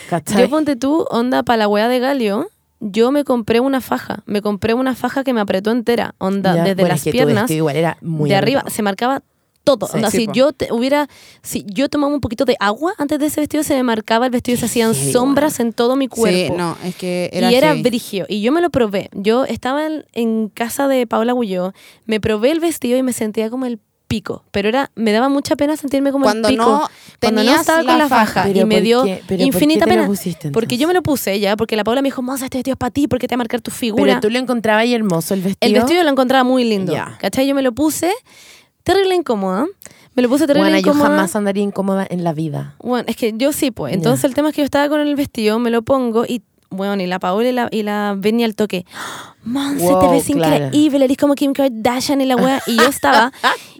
¿cachai?
Yo ponte tú, onda, para la weá de Galio, yo me compré una faja. Me compré una faja que me apretó entera. Onda,
Ya,
desde
bueno,
las
es que tu
piernas
vestido igual era muy
de arriba.
apretado.
Se marcaba todo.
Sí.
onda,
Sí,
si
po.
yo te- hubiera, si yo tomaba un poquito de agua antes de ese vestido, se me marcaba el vestido y se hacían
heavy,
sombras en todo mi cuerpo.
Sí, no, es que era
y era
heavy.
brigio. Y yo me lo probé. Yo estaba en, en casa de Paula Gulló, me probé el vestido y me sentía como el pico, pero era me daba mucha pena sentirme como
Cuando
el pico.
no
cuando no
tenías
estaba
la
con la faja,
faja.
y
Pero
me
¿por
dio
qué- pero ¿por qué
infinita
te lo
pena.
pusiste,
porque yo me lo puse ya, porque la Paula me dijo, "Moza, este vestido es para ti, porque te va a marcar tu figura."
Pero tú lo encontrabas y hermoso el vestido.
El vestido lo encontraba muy lindo.
Ya.
¿Cachai? Yo me lo puse terrible incómoda. Me lo puse terrible
Bueno, yo
incómoda.
jamás andaría incómoda en la vida.
Bueno, es que yo sí, pues. Entonces el tema es que yo estaba con el vestido, me lo pongo y, bueno, y la Paola y la, y la Benny al toque. "Ah, Man, se te
Wow,
ves
claro.
increíble, eres como Kim Kardashian y la wea. Y yo estaba.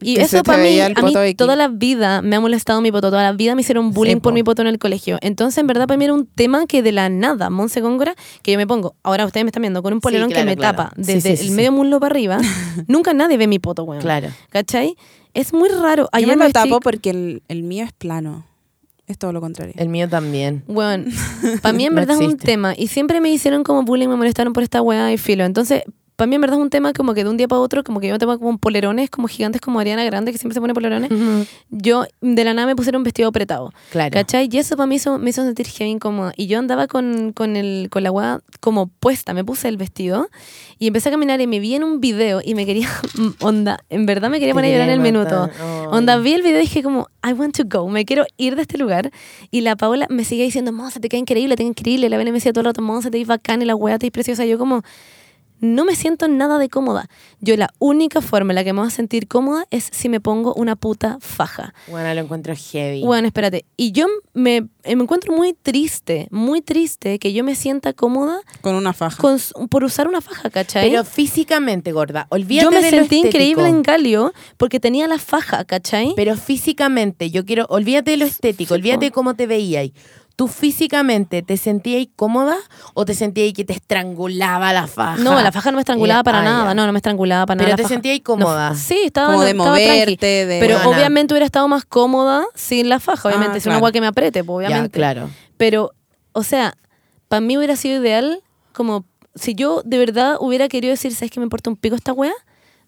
y
Que
eso
se te
para mí,
veía
a
el
mí
poto de Kim.
toda la vida me ha molestado mi poto. Toda la vida me hicieron bullying
Sí,
por
po.
mi poto en el colegio. Entonces, en verdad, para mí era un tema que de la nada, Monse Góngora, que yo me pongo. Ahora ustedes me están viendo con un polerón
claro,
que me
claro.
tapa
Sí,
desde
sí, sí,
el
sí.
medio muslo para arriba. Nunca nadie ve mi poto, weón.
Claro.
¿Cachai? Es muy raro.
Yo
Ayer
me lo
vestí-
tapo porque el, el mío es plano. Es todo lo contrario.
El mío también.
Weón, para mí en
No
verdad es un
existe.
tema. Y siempre me hicieron como bullying, me molestaron por esta weá y filo. Entonces, para mí en verdad es un tema como que de un día para otro, como que yo me tengo como polerones, como gigantes como Ariana Grande, que siempre se pone polerones. Yo de la nada me pusieron un vestido apretado.
Claro.
¿Cachai? Y eso para mí hizo- me hizo sentir heavy incómoda. Y yo andaba con, con, el, con la weá como puesta, me puse el vestido y empecé a caminar y me vi en un video y me quería, onda, en verdad me quería
Te
poner a llorar en el
quería
minuto.
matar. Ay.
Onda, vi el video y dije como, I want to go, me quiero ir de este lugar. Y la Paola me seguía diciendo, Monza, te queda increíble, te queda increíble. La Belén me decía todo el rato, Monza, te ves bacán y la weá te ves preciosa. Yo como, no me siento nada de cómoda. Yo la única forma en la que me voy a sentir cómoda es si me pongo una puta faja.
Bueno, lo encuentro heavy.
Bueno, espérate. Y yo me, eh, me encuentro muy triste, muy triste que yo me sienta cómoda
Con una faja.
con s- por usar una faja, ¿cachai?
Pero físicamente, gorda. Olvídate
yo me
de lo
sentí increíble en
estético.
Calio porque tenía la faja, ¿cachai?
Pero físicamente, yo quiero, olvídate de lo estético, olvídate de cómo te veías. ¿Tú físicamente te sentías cómoda o te sentías que te estrangulaba la faja?
No, la faja no me estrangulaba
Era-
para
ah,
nada.
ya.
No, no me estrangulaba para
Pero
nada. la
te
faja.
sentías
No,
cómoda.
sí, estaba
Como de
estaba tranqui.
moverte, de-
Pero
Buena.
obviamente hubiera estado más cómoda sin la faja, obviamente.
Ah,
es una
claro.
agua que me apriete, pues,
Ya,
obviamente.
claro.
Pero, o sea, para mí hubiera sido ideal como si yo de verdad hubiera querido decir, ¿sabes que me importa un pico esta wea?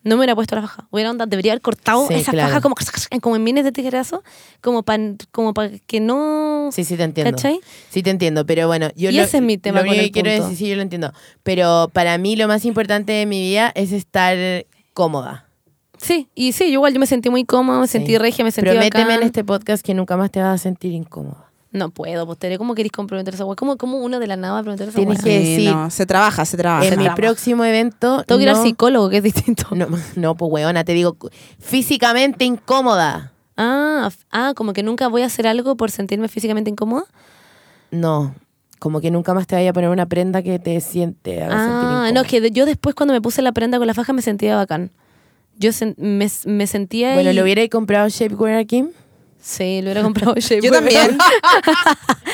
No me hubiera puesto la faja. Hubiera onda, debería haber cortado
Sí,
esa
claro.
faja como, como en mines de tijerazo, como para como pa que no.
Sí, sí te entiendo.
¿Cachai?
Sí te entiendo, pero bueno, yo
Y
lo,
ese es mi
lo
tema
único
con el
que quiero
punto.
decir, sí, yo lo entiendo, pero para mí lo más importante de mi vida es estar cómoda.
Sí, y sí, yo igual yo me sentí muy cómoda, me sentí
Sí.
regia, me sentí
Prométeme
bacán.
en este podcast que nunca más te vas a sentir incómoda.
No puedo, pues Tere, ¿cómo querés comprometer esa wea? ¿Cómo, cómo uno de la nada va a prometer esa
Tienes
wea?
que decir-
no, se trabaja, se trabaja.
en
se
mi
trabaja.
próximo evento
Ah, Tengo que ir al
no-
psicólogo, que es distinto.
No, no, pues weona, te digo, físicamente incómoda.
Ah, f- ah, como que nunca voy a hacer algo por sentirme físicamente incómoda.
No, como que nunca más te vaya a poner una prenda que te siente. haga sentir
Ah,
incómoda.
no, es que de- yo después cuando me puse la prenda con la faja me sentía bacán. Yo sen- me, me sentía...
Bueno,
y-
¿lo hubiera comprado Shapewear a Kim?
Sí, lo hubiera comprado yo.
Yo también.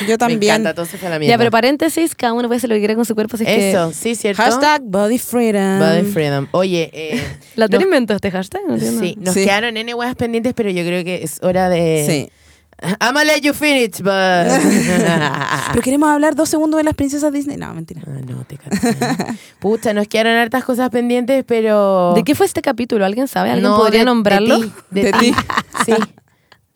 Yo también.
Me encanta, todo se fue a la mierda.
Ya, pero paréntesis, cada uno puede hacer lo que quiera con su cuerpo. Si es que-
Eso, sí, cierto.
Hashtag body freedom.
Body Freedom. Oye, eh,
¿La Tere
nos-
inventó este hashtag? No entiendo.
Sí, nos
Sí.
quedaron N weas pendientes, pero yo creo que es hora de.
Sí.
I'm gonna let you finish, but. Ah,
Pero queremos hablar dos segundos de las princesas Disney. No, mentira.
no, te cansé. Pucha, nos quedaron hartas cosas pendientes, pero.
¿De qué fue este capítulo? ¿Alguien sabe? ¿Alguien
No,
podría
de-
nombrarlo?
De ti. de
De
ti.
ti.
Sí.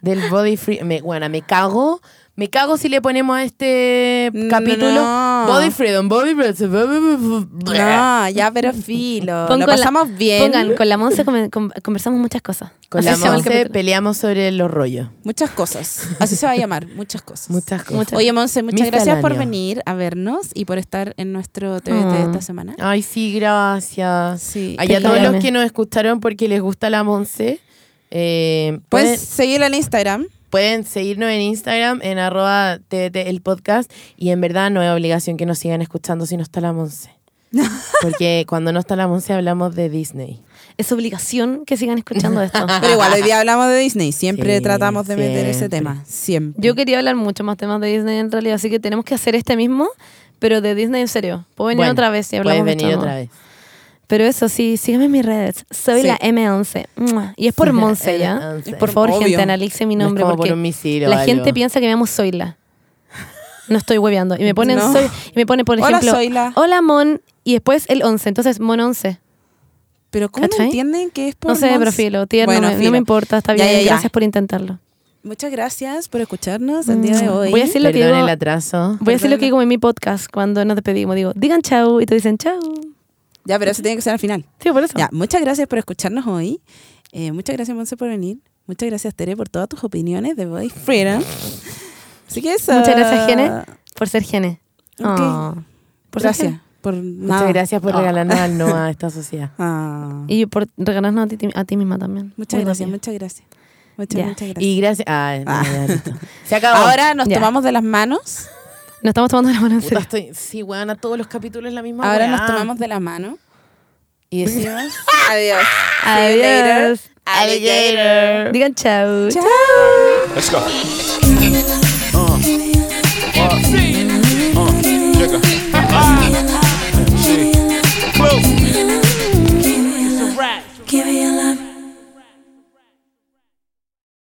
Del body free. Me, bueno, me cago. Me cago si le ponemos a este
No,
capítulo
no.
Body Freedom, Body Freedom. body-
No, ya, pero filo.
Pon
Lo
con la-
pasamos bien.
Pongan, con la Monse come- com- conversamos muchas cosas.
Con
Así
la
se llama el
Monse
capítulo.
peleamos sobre los rollos.
Muchas cosas. Así se va a llamar. Muchas cosas.
Muchas cosas.
Muchas-
Oye, Monse, muchas
Misceláneo.
gracias por venir a vernos y por estar en nuestro TVT de
Ah.
esta semana.
Ay, sí, gracias.
Sí.
Allá
Te
todos
queremos.
los que nos escucharon porque les gusta la Monse, eh, pueden,
Puedes seguirla en Instagram.
pueden seguirnos en Instagram en arroba TVT el podcast y en verdad no es obligación que nos sigan escuchando si no está la Monse. Porque cuando no está la Monse hablamos de Disney.
Es obligación que sigan escuchando esto.
Pero igual, hoy día hablamos de Disney. Siempre
Sí,
tratamos de meter ese
siempre.
tema. Siempre.
Yo quería hablar mucho más temas de Disney en realidad, así que tenemos que hacer este mismo, pero de Disney en serio. Puedo venir
Bueno,
otra vez y hablamos.
Pueden venir
mucho más.
otra vez.
Pero eso sí, síganme en mis redes. Soy
Sí.
la M11. Mua. Y es por Monse, ¿ya?
Monse.
Por favor,
Obvio.
gente, analice mi
No es
nombre
como
porque
por un misil o
la
algo.
gente piensa que me llamo Zoila. No estoy hueveando. Y me ponen,
No.
soy, y me ponen por
Hola,
ejemplo, oh,
Zoila.
hola Mon, y después el 11. Entonces, Mon 11.
Pero ¿cómo no
¿Cachai?
entienden que es por
No sé,
Monse?
pero filo, tierno,
Bueno,
me- no
filo.
me importa, está
Ya,
bien.
ya, ya.
Gracias por intentarlo.
Muchas gracias por escucharnos el día de
Mm.
hoy.
Voy a decir lo que
Perdón
digo-
el atraso.
Voy a decir lo que digo en mi podcast cuando nos despedimos. Digo, digan chau y te dicen chau.
Ya, pero eso tiene que ser al final.
Sí, por eso.
Ya, muchas gracias por escucharnos hoy. Eh, muchas gracias, Monse, por venir. Muchas gracias, Tere, por todas tus opiniones de Boy Freedom. Así que eso.
Muchas gracias, Gene. Por ser Gene.
Ok.
Oh.
Por
ser
gracias.
Gene.
Por
Muchas
nada.
gracias por
Ah.
regalarnos al NOA a esta sociedad.
Ah.
Y por regalarnos a ti, a ti misma también.
Muchas
Muy
gracias,
rápido.
muchas gracias. Muchas,
Ya.
muchas gracias.
Y gracias. Ah, no,
Ah.
ya, listo. Se acabó.
Ahora nos
Ya.
tomamos de las manos.
Nos estamos tomando la mano en
Puta, estoy,
serio.
sí, weón, a todos los capítulos la misma
Ahora
weá.
nos tomamos de la mano.
Y decimos.
Adiós. See you later,
Ah. Adiós.
alligator.
Digan chau.
Chao.
Let's go.
Thank